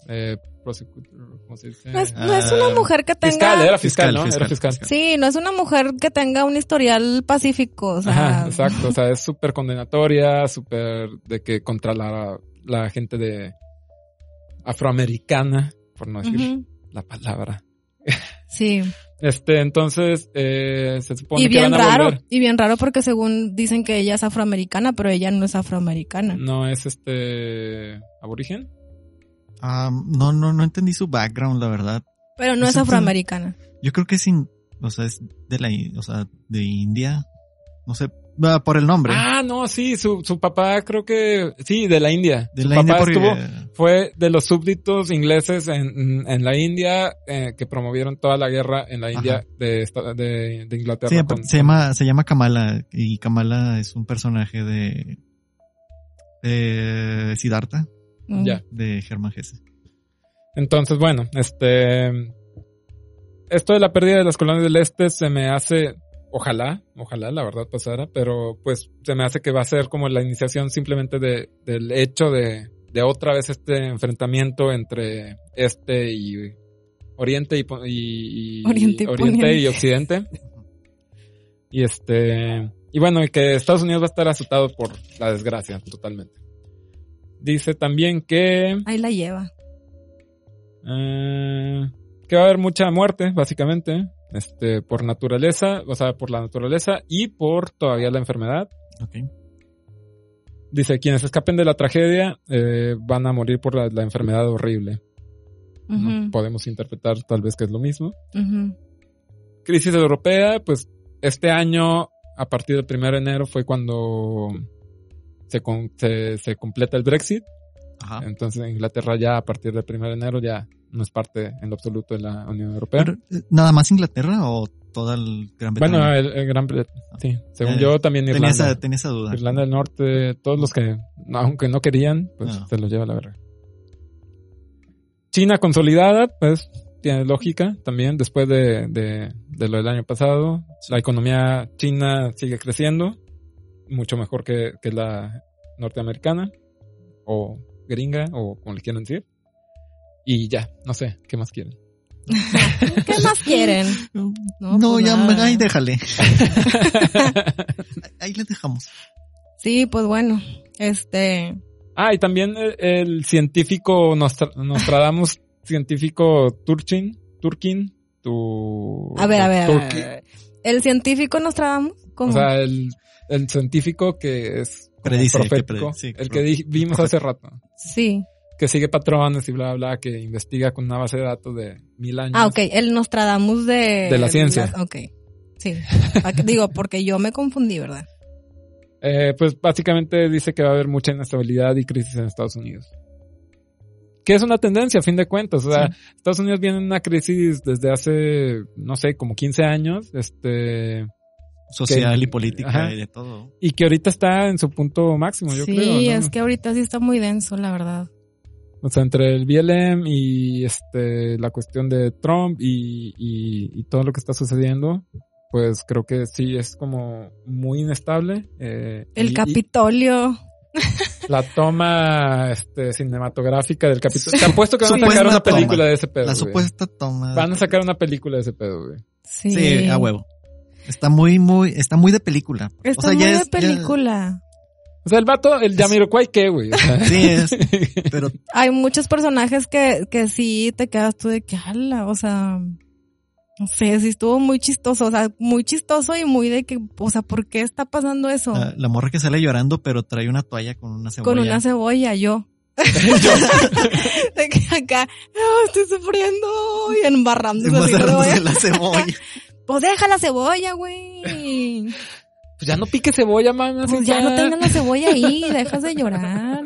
[SPEAKER 2] eh, prosecutor, ¿cómo se dice?
[SPEAKER 1] No es, no es una
[SPEAKER 3] Ah,
[SPEAKER 1] mujer que Pues, tenga...
[SPEAKER 2] Fiscal, era fiscal,
[SPEAKER 3] Fiscal,
[SPEAKER 2] ¿no? Era
[SPEAKER 3] fiscal.
[SPEAKER 2] fiscal.
[SPEAKER 1] Sí, no es una mujer que tenga un historial pacífico, o sea,
[SPEAKER 2] Ajá, exacto. O sea, es súper condenatoria, súper de que contra la, la gente de afroamericana, por no decir
[SPEAKER 1] ujú,
[SPEAKER 2] la palabra.
[SPEAKER 1] Sí,
[SPEAKER 2] Este, entonces, eh, se supone
[SPEAKER 1] y
[SPEAKER 2] que
[SPEAKER 1] bien
[SPEAKER 2] van a
[SPEAKER 1] raro,
[SPEAKER 2] volver.
[SPEAKER 1] y bien raro porque según dicen que ella es afroamericana, pero ella no es afroamericana.
[SPEAKER 2] No es este aborigen.
[SPEAKER 3] Ah, no, no, no entendí su background, la verdad.
[SPEAKER 1] Pero no es
[SPEAKER 3] Exacto.
[SPEAKER 1] afroamericana.
[SPEAKER 3] Yo creo que es, in- o sea, es de la, in- o sea, de India. No sé, ah, por el nombre.
[SPEAKER 2] Ah, no, sí, su, su papá creo que sí, de la India.
[SPEAKER 3] de
[SPEAKER 2] su
[SPEAKER 3] la
[SPEAKER 2] papá
[SPEAKER 3] India porque-
[SPEAKER 2] estuvo fue de los súbditos ingleses en, en la India eh, que promovieron toda la guerra en la India
[SPEAKER 3] Ajá.
[SPEAKER 2] de, esta- de, de Inglaterra.
[SPEAKER 3] Sí,
[SPEAKER 2] con-
[SPEAKER 3] se llama, se llama Kamala y Kamala es un personaje de, de Siddhartha,
[SPEAKER 1] Mm.
[SPEAKER 2] Ya.
[SPEAKER 3] de Germán Gese.
[SPEAKER 2] Entonces, bueno, este esto de la pérdida de las colonias del este se me hace ojalá, ojalá la verdad pasara, pero pues se me hace que va a ser como la iniciación simplemente de, del hecho de, de otra vez este enfrentamiento entre este y oriente y, po- y- y-
[SPEAKER 1] Oriente y
[SPEAKER 2] oriente y
[SPEAKER 1] Poniente. <laughs>
[SPEAKER 2] occidente. Y este, y bueno, y que Estados Unidos va a estar azotado por la desgracia totalmente. Dice también que
[SPEAKER 1] Ahí la lleva.
[SPEAKER 2] eh, que va a haber mucha muerte, básicamente, este, por naturaleza, o sea, por la naturaleza y por todavía la enfermedad.
[SPEAKER 3] Ok.
[SPEAKER 2] Dice, quienes escapen de la tragedia eh, van a morir por la, la enfermedad horrible. No pues.
[SPEAKER 1] Ujú,
[SPEAKER 2] Podemos interpretar tal vez que es lo mismo.
[SPEAKER 1] ujú.
[SPEAKER 2] crisis europea, pues este año, a partir del 1 de enero, fue cuando se, con- se, se completa el Brexit.
[SPEAKER 3] Ajá.
[SPEAKER 2] Entonces Inglaterra ya a partir del 1 de enero ya no es parte en lo absoluto de la Unión Europea.
[SPEAKER 3] Pero, eh, ¿Nada más Inglaterra o toda el Gran Bretaña?
[SPEAKER 2] bueno, el, el Gran Bretaña, sí. Según
[SPEAKER 3] Ya,
[SPEAKER 2] yo, también
[SPEAKER 3] Ah. Eh, tenía, esa,
[SPEAKER 2] Irlanda.
[SPEAKER 3] tenía esa duda.
[SPEAKER 2] Irlanda del Norte, todos los que, no, aunque no querían, pues
[SPEAKER 3] No.
[SPEAKER 2] se los lleva a la verga. China consolidada, pues tiene lógica también después de, de- de lo del año pasado. La economía china sigue creciendo, mucho mejor que, que la norteamericana o gringa o como le quieran decir. Y ya, no sé, ¿qué más quieren?
[SPEAKER 1] ¿Qué más quieren?
[SPEAKER 3] No,
[SPEAKER 1] No, pues
[SPEAKER 3] ya,
[SPEAKER 1] nada. <laughs>
[SPEAKER 3] ahí déjale. Ahí le dejamos.
[SPEAKER 1] Sí, pues bueno, este,
[SPEAKER 2] Ah, y también el, el científico Nostra- Nostradamus, <laughs> científico Turchin, Turkin, tu...
[SPEAKER 1] a ver, a ver, a ver,
[SPEAKER 2] Turki-
[SPEAKER 1] a ver. El científico Nostradamus, ¿cómo?
[SPEAKER 2] O sea, el, el científico que es como
[SPEAKER 3] Predice, que
[SPEAKER 2] profético,
[SPEAKER 3] predice, sí,
[SPEAKER 2] el que
[SPEAKER 3] pro-
[SPEAKER 2] di- vimos hace rato,
[SPEAKER 1] sí.
[SPEAKER 2] que sigue patrones y bla, bla, bla, que investiga con una base de datos de mil años.
[SPEAKER 1] Ah, ok, el Nostradamus de...
[SPEAKER 2] De la ciencia.
[SPEAKER 1] las- ok, sí. Pa- Digo, porque yo me confundí, ¿verdad?
[SPEAKER 2] Eh, pues básicamente dice que va a haber mucha inestabilidad y crisis en Estados Unidos. Que es una tendencia, a fin de cuentas. O sea, Estados Unidos viene en una crisis desde hace, no sé, como 15 años. Este,
[SPEAKER 3] Social
[SPEAKER 2] Que-
[SPEAKER 3] y política
[SPEAKER 2] ajá.
[SPEAKER 3] y de todo.
[SPEAKER 2] y que ahorita está en su punto máximo, yo
[SPEAKER 1] sí,
[SPEAKER 2] creo. ¿no?
[SPEAKER 1] es que ahorita sí está muy denso, la verdad.
[SPEAKER 2] O sea, entre el BLM y este la cuestión de Trump y, y- y todo lo que está sucediendo, pues creo que sí es como muy inestable. eh,
[SPEAKER 1] El
[SPEAKER 2] y- y
[SPEAKER 1] Capitolio,
[SPEAKER 2] La toma este, cinematográfica del Capitolio. Te apuesto que van a sacar
[SPEAKER 3] Supuesta
[SPEAKER 2] una
[SPEAKER 3] toma.
[SPEAKER 2] película de ese pedo.
[SPEAKER 3] La
[SPEAKER 2] güey.
[SPEAKER 3] supuesta toma. de-
[SPEAKER 2] Van a sacar una película de ese pedo, güey.
[SPEAKER 1] sí.
[SPEAKER 3] Sí, a huevo. Está muy, muy, está muy de película.
[SPEAKER 1] Está
[SPEAKER 3] O sea,
[SPEAKER 1] muy
[SPEAKER 3] ya
[SPEAKER 1] de
[SPEAKER 3] es- ya-
[SPEAKER 1] película.
[SPEAKER 2] O sea, el vato, el Yamiroquai, ¿qué, güey?
[SPEAKER 3] <laughs>
[SPEAKER 2] O sea,
[SPEAKER 3] sí,
[SPEAKER 1] <laughs>
[SPEAKER 3] es, pero
[SPEAKER 1] Hay muchos personajes que, que sí te quedas tú de que ala, o sea, no sé, sí estuvo muy chistoso, o sea, muy chistoso y muy de que, o sea, ¿por qué está pasando eso?
[SPEAKER 3] la, la morra que sale llorando, pero trae una toalla con una Ah, cebolla.
[SPEAKER 1] Con
[SPEAKER 3] <laughs>
[SPEAKER 1] una cebolla, yo. <laughs> de que acá, "Ah, estoy sufriendo y embarrándose así la
[SPEAKER 3] Embarrándose
[SPEAKER 1] cebolla.
[SPEAKER 3] la cebolla.
[SPEAKER 1] Pues deja la cebolla, güey.
[SPEAKER 2] pues ya no pique cebolla, man. así
[SPEAKER 1] Pues ya no tengas la cebolla <laughs> ahí, dejas de llorar.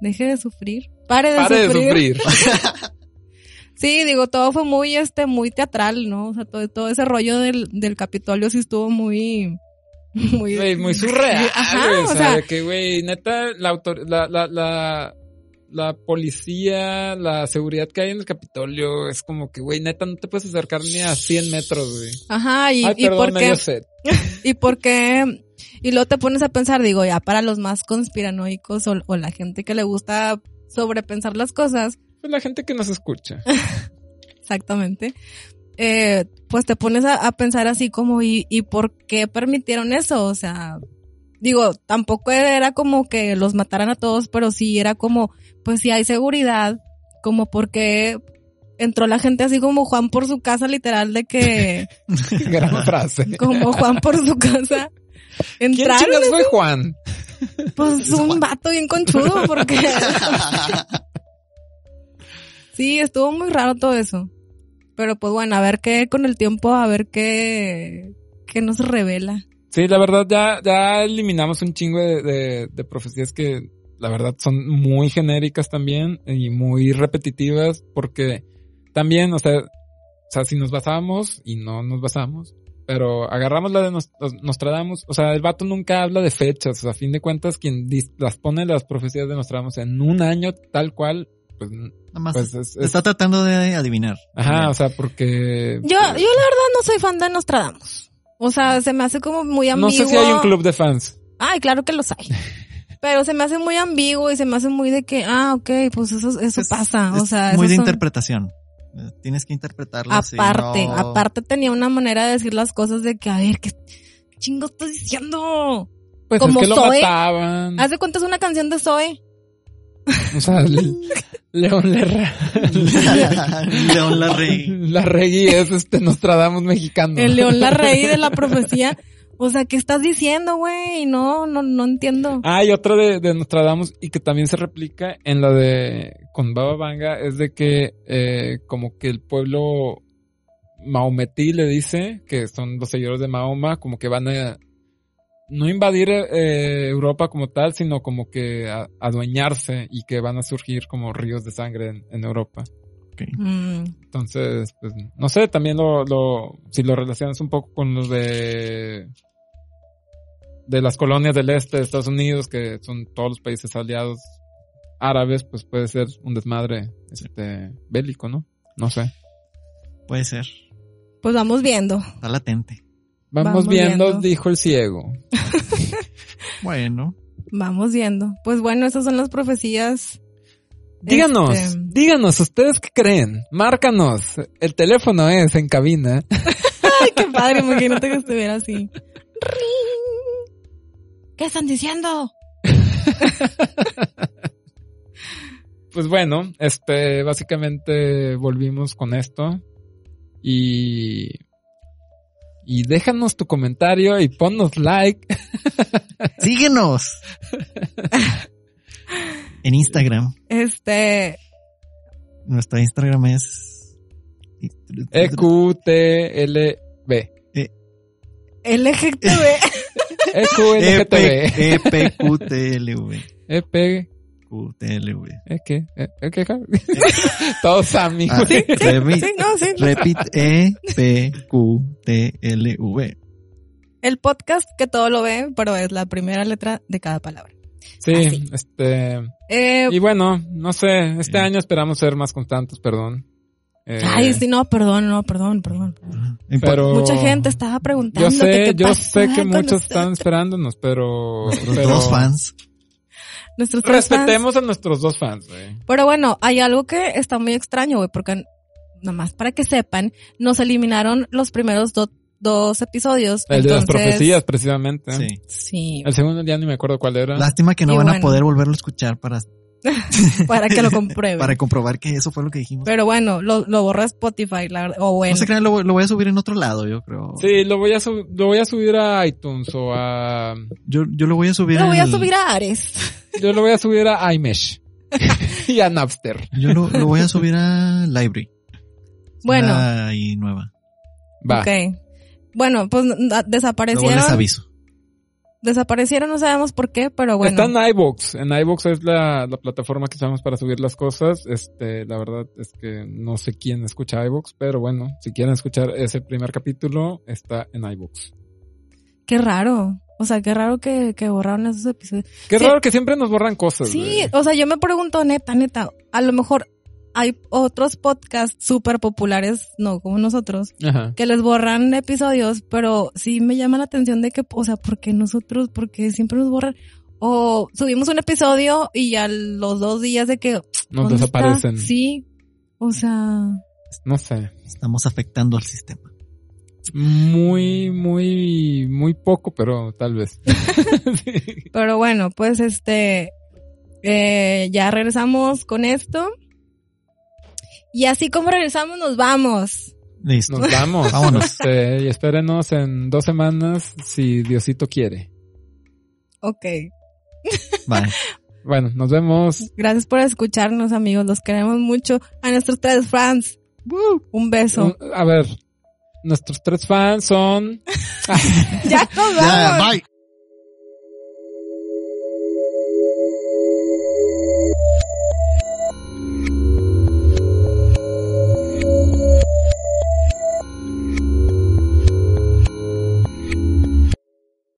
[SPEAKER 1] Deje de sufrir. Pare de,
[SPEAKER 2] Pare de
[SPEAKER 1] sufrir.
[SPEAKER 2] sufrir.
[SPEAKER 1] Sí, digo, todo fue muy, este, muy teatral, ¿no? O sea, todo, todo ese rollo del, del Capitolio sí estuvo muy, muy,
[SPEAKER 2] Güey, muy surreal.
[SPEAKER 1] Ajá,
[SPEAKER 2] güey, o
[SPEAKER 1] o
[SPEAKER 2] sea,
[SPEAKER 1] sea-
[SPEAKER 2] de que, güey, neta, la, autor- la, la, la, la policía, la seguridad que hay en el Capitolio, es como que, güey, neta, no te puedes acercar ni a 100 metros, güey.
[SPEAKER 1] Ajá, y,
[SPEAKER 2] Ay,
[SPEAKER 1] y
[SPEAKER 2] perdón, me
[SPEAKER 1] porque,
[SPEAKER 2] dio sed.
[SPEAKER 1] y porque, y luego te pones a pensar, digo, ya para los más conspiranoicos o, o la gente que le gusta sobrepensar las cosas,
[SPEAKER 2] Pues la gente que nos escucha. <laughs>
[SPEAKER 1] Exactamente. Eh, pues te pones a, a pensar así como, ¿y, ¿y por qué permitieron eso? O sea, digo, tampoco era como que los mataran a todos, pero sí era como, pues si hay seguridad, como porque entró la gente así como Juan por su casa, literal, de que,
[SPEAKER 2] Gran frase.
[SPEAKER 1] como Juan por su casa.
[SPEAKER 2] ¿Quién
[SPEAKER 1] Entraron,
[SPEAKER 2] chingas fue Juan? <laughs>
[SPEAKER 1] pues un vato bien conchudo, porque Sí, estuvo muy raro todo eso. Pero pues bueno, a ver qué con el tiempo, a ver qué, qué nos revela.
[SPEAKER 2] Sí, la verdad ya, ya eliminamos un chingo de, de- de profecías que la verdad son muy genéricas también y muy repetitivas porque también, o sea, o sea, si nos basamos y no nos basamos, pero agarramos la de nos, los- Nostradamus, o sea, el vato nunca habla de fechas, o sea, a fin de cuentas quien dis- las pone las profecías de Nostradamus en un año tal cual, pues,
[SPEAKER 3] Nada más.
[SPEAKER 2] pues es, es-
[SPEAKER 3] Ah, Está tratando de adivinar.
[SPEAKER 2] ajá, o sea, porque...
[SPEAKER 1] Yo, yo la verdad no soy fan de Nostradamus. O sea, se me hace como muy ambiguo.
[SPEAKER 2] no sé si hay un club de fans.
[SPEAKER 1] Ay, claro que los
[SPEAKER 2] <laughs>
[SPEAKER 1] hay. Pero se me hace muy ambiguo y se me hace muy de que, ah, ok, pues eso, eso
[SPEAKER 3] Es-
[SPEAKER 1] pasa.
[SPEAKER 3] es
[SPEAKER 1] o sea,
[SPEAKER 3] muy
[SPEAKER 1] esos
[SPEAKER 3] de
[SPEAKER 1] son-
[SPEAKER 3] interpretación. Eh, Tienes que interpretarlo. si
[SPEAKER 1] Aparte,
[SPEAKER 3] no- <laughs>
[SPEAKER 1] aparte tenía una manera de decir las cosas de que, a ver, ¿qué chingo estás diciendo?
[SPEAKER 2] Pues
[SPEAKER 1] Como Ah.
[SPEAKER 2] es que lo
[SPEAKER 1] Zoe.
[SPEAKER 2] mataban.
[SPEAKER 1] Haz de cuenta es una canción de Zoe. <laughs>
[SPEAKER 2] O sea, el- León Lerra.
[SPEAKER 3] León Larrey.
[SPEAKER 2] Larregui es este Nostradamus mexicano.
[SPEAKER 1] El León la rey
[SPEAKER 2] <laughs>
[SPEAKER 1] de la profecía. O sea, ¿qué estás diciendo, güey? No, no, no entiendo.
[SPEAKER 2] Ah, y otra de, de Nostradamus y que también se replica en la de con Baba Vanga es de que eh, como que el pueblo maometí le dice que son los seguidores de Mahoma como que van a no invadir eh, Europa como tal, sino como que a- adueñarse y que van a surgir como ríos de sangre en, en Europa.
[SPEAKER 1] Mm.
[SPEAKER 2] Entonces, pues, no sé, también lo, lo, si lo relacionas un poco con los de, de las colonias del este de Estados Unidos, que son todos los países aliados árabes, pues puede ser un desmadre, este, bélico, ¿no? No sé.
[SPEAKER 3] Puede ser.
[SPEAKER 1] Pues vamos viendo.
[SPEAKER 3] Está latente.
[SPEAKER 2] Vamos,
[SPEAKER 1] Vamos
[SPEAKER 2] viendo,
[SPEAKER 1] viendo. Este,
[SPEAKER 2] dijo el ciego.
[SPEAKER 3] Bueno.
[SPEAKER 1] Vamos viendo. Pues bueno, esas son las profecías.
[SPEAKER 2] Díganos,
[SPEAKER 1] Este, <laughs>
[SPEAKER 2] díganos, ¿ustedes qué creen? Márcanos. El teléfono es en cabina.
[SPEAKER 1] Ay, qué padre, imagínate que estuviera
[SPEAKER 2] <laughs>
[SPEAKER 1] así. Ring. ¿Qué están diciendo?
[SPEAKER 2] Pues bueno, este, básicamente volvimos con esto. Y. Y déjanos tu comentario y ponnos
[SPEAKER 3] <laughs>
[SPEAKER 2] like.
[SPEAKER 1] <laughs>
[SPEAKER 3] Síguenos. en Instagram.
[SPEAKER 1] Este,
[SPEAKER 3] Nuestro Instagram es.
[SPEAKER 2] E EQTLB. <laughs>
[SPEAKER 1] LGTB.
[SPEAKER 2] E
[SPEAKER 3] E
[SPEAKER 2] EQLGTB.
[SPEAKER 3] EPQTLV.
[SPEAKER 2] EP. ¿eh,
[SPEAKER 3] QTLV.
[SPEAKER 2] ¿Qué? ¿Eh, eh, qué? <laughs> Todos amigos.
[SPEAKER 3] Ah,
[SPEAKER 1] Sí,
[SPEAKER 3] Remi-
[SPEAKER 1] sí, sí, no, sí.
[SPEAKER 3] Repeat E P Q T L V.
[SPEAKER 1] El podcast que todo lo ve, pero es la primera letra de cada palabra.
[SPEAKER 2] Sí,
[SPEAKER 1] Ah, sí.
[SPEAKER 2] este.
[SPEAKER 1] Eh,
[SPEAKER 2] Y bueno, no sé, este
[SPEAKER 3] Eh.
[SPEAKER 2] año esperamos ser más constantes, perdón. Eh,
[SPEAKER 1] ay, sí, no, perdón, no, perdón, perdón.
[SPEAKER 2] Pero-
[SPEAKER 1] Mucha gente estaba preguntando.
[SPEAKER 2] Yo
[SPEAKER 1] que
[SPEAKER 2] sé,
[SPEAKER 1] qué
[SPEAKER 2] yo
[SPEAKER 1] pasó
[SPEAKER 2] sé que
[SPEAKER 1] con
[SPEAKER 2] muchos
[SPEAKER 1] nuestros-
[SPEAKER 2] están esperándonos, pero, pero
[SPEAKER 3] Dos fans.
[SPEAKER 1] nuestros tres fans.
[SPEAKER 2] respetemos a nuestros dos fans. güey.
[SPEAKER 1] Pero bueno, hay algo que está muy extraño, güey, porque nada más para que sepan, nos eliminaron los primeros do- dos episodios.
[SPEAKER 2] El de las
[SPEAKER 1] entonces-
[SPEAKER 2] profecías, precisamente.
[SPEAKER 3] Sí.
[SPEAKER 1] Sí,
[SPEAKER 2] El segundo ya ni me acuerdo cuál era.
[SPEAKER 3] Lástima que no
[SPEAKER 1] Y
[SPEAKER 3] van a
[SPEAKER 1] bueno.
[SPEAKER 3] poder volverlo a escuchar para,
[SPEAKER 1] para que lo comprueben.
[SPEAKER 3] <laughs> para comprobar que eso fue lo que dijimos.
[SPEAKER 1] Pero bueno, lo, lo borra Spotify, la verdad. O bueno,
[SPEAKER 3] No se crean, lo, voy- lo voy a subir en otro lado, yo creo.
[SPEAKER 2] Sí, lo voy a sub- lo voy a subir a iTunes o a
[SPEAKER 3] Yo, yo lo voy a subir.
[SPEAKER 1] lo voy
[SPEAKER 3] en
[SPEAKER 1] a
[SPEAKER 3] el-
[SPEAKER 1] subir a Ares.
[SPEAKER 2] yo lo voy a subir a iMesh <laughs> y a Napster.
[SPEAKER 3] Yo lo, lo voy a subir a Library.
[SPEAKER 1] <laughs> Bueno.
[SPEAKER 3] Y nueva.
[SPEAKER 2] Va.
[SPEAKER 1] Ok. Bueno, pues n- n-
[SPEAKER 3] Luego les
[SPEAKER 1] desaparecieron.
[SPEAKER 3] aviso.
[SPEAKER 1] Desaparecieron, no sabemos por qué, pero bueno.
[SPEAKER 2] Está en iBox. En iBox es la, la plataforma que usamos para subir las cosas. Este, la verdad es que no sé quién escucha iBox, pero bueno, si quieren escuchar ese primer capítulo, está en iBox.
[SPEAKER 1] Qué raro. O sea, qué raro que, que borraron esos episodios.
[SPEAKER 2] Qué
[SPEAKER 1] Sí.
[SPEAKER 2] raro que siempre nos borran cosas.
[SPEAKER 1] Sí,
[SPEAKER 2] güey.
[SPEAKER 1] o sea, yo me pregunto, neta, neta, a lo mejor hay otros podcasts súper populares, no como nosotros,
[SPEAKER 2] Ajá.
[SPEAKER 1] que les borran episodios, pero sí me llama la atención de que, o sea, ¿por qué nosotros? Porque siempre nos borran. O subimos un episodio y a los dos días de que...
[SPEAKER 2] Nos
[SPEAKER 1] ¿dónde Pues está?
[SPEAKER 2] desaparecen.
[SPEAKER 1] Sí, o sea...
[SPEAKER 2] No sé.
[SPEAKER 3] Estamos afectando al sistema.
[SPEAKER 2] Muy, muy, muy poco, pero tal vez. Sí.
[SPEAKER 1] Pero bueno, pues este, eh, ya regresamos con esto. Y así como regresamos, nos vamos.
[SPEAKER 3] <laughs> Listo.
[SPEAKER 2] Nos vamos.
[SPEAKER 3] Vámonos.
[SPEAKER 2] Este, y espérenos en dos semanas si Diosito quiere.
[SPEAKER 1] Ok.
[SPEAKER 3] Bye.
[SPEAKER 2] Bueno, nos vemos.
[SPEAKER 1] Gracias por escucharnos, amigos. Los queremos mucho. A nuestros tres fans. Un beso.
[SPEAKER 2] Un- A ver, nuestros tres fans son
[SPEAKER 1] <laughs> ya nos vamos.
[SPEAKER 3] Ya, bye.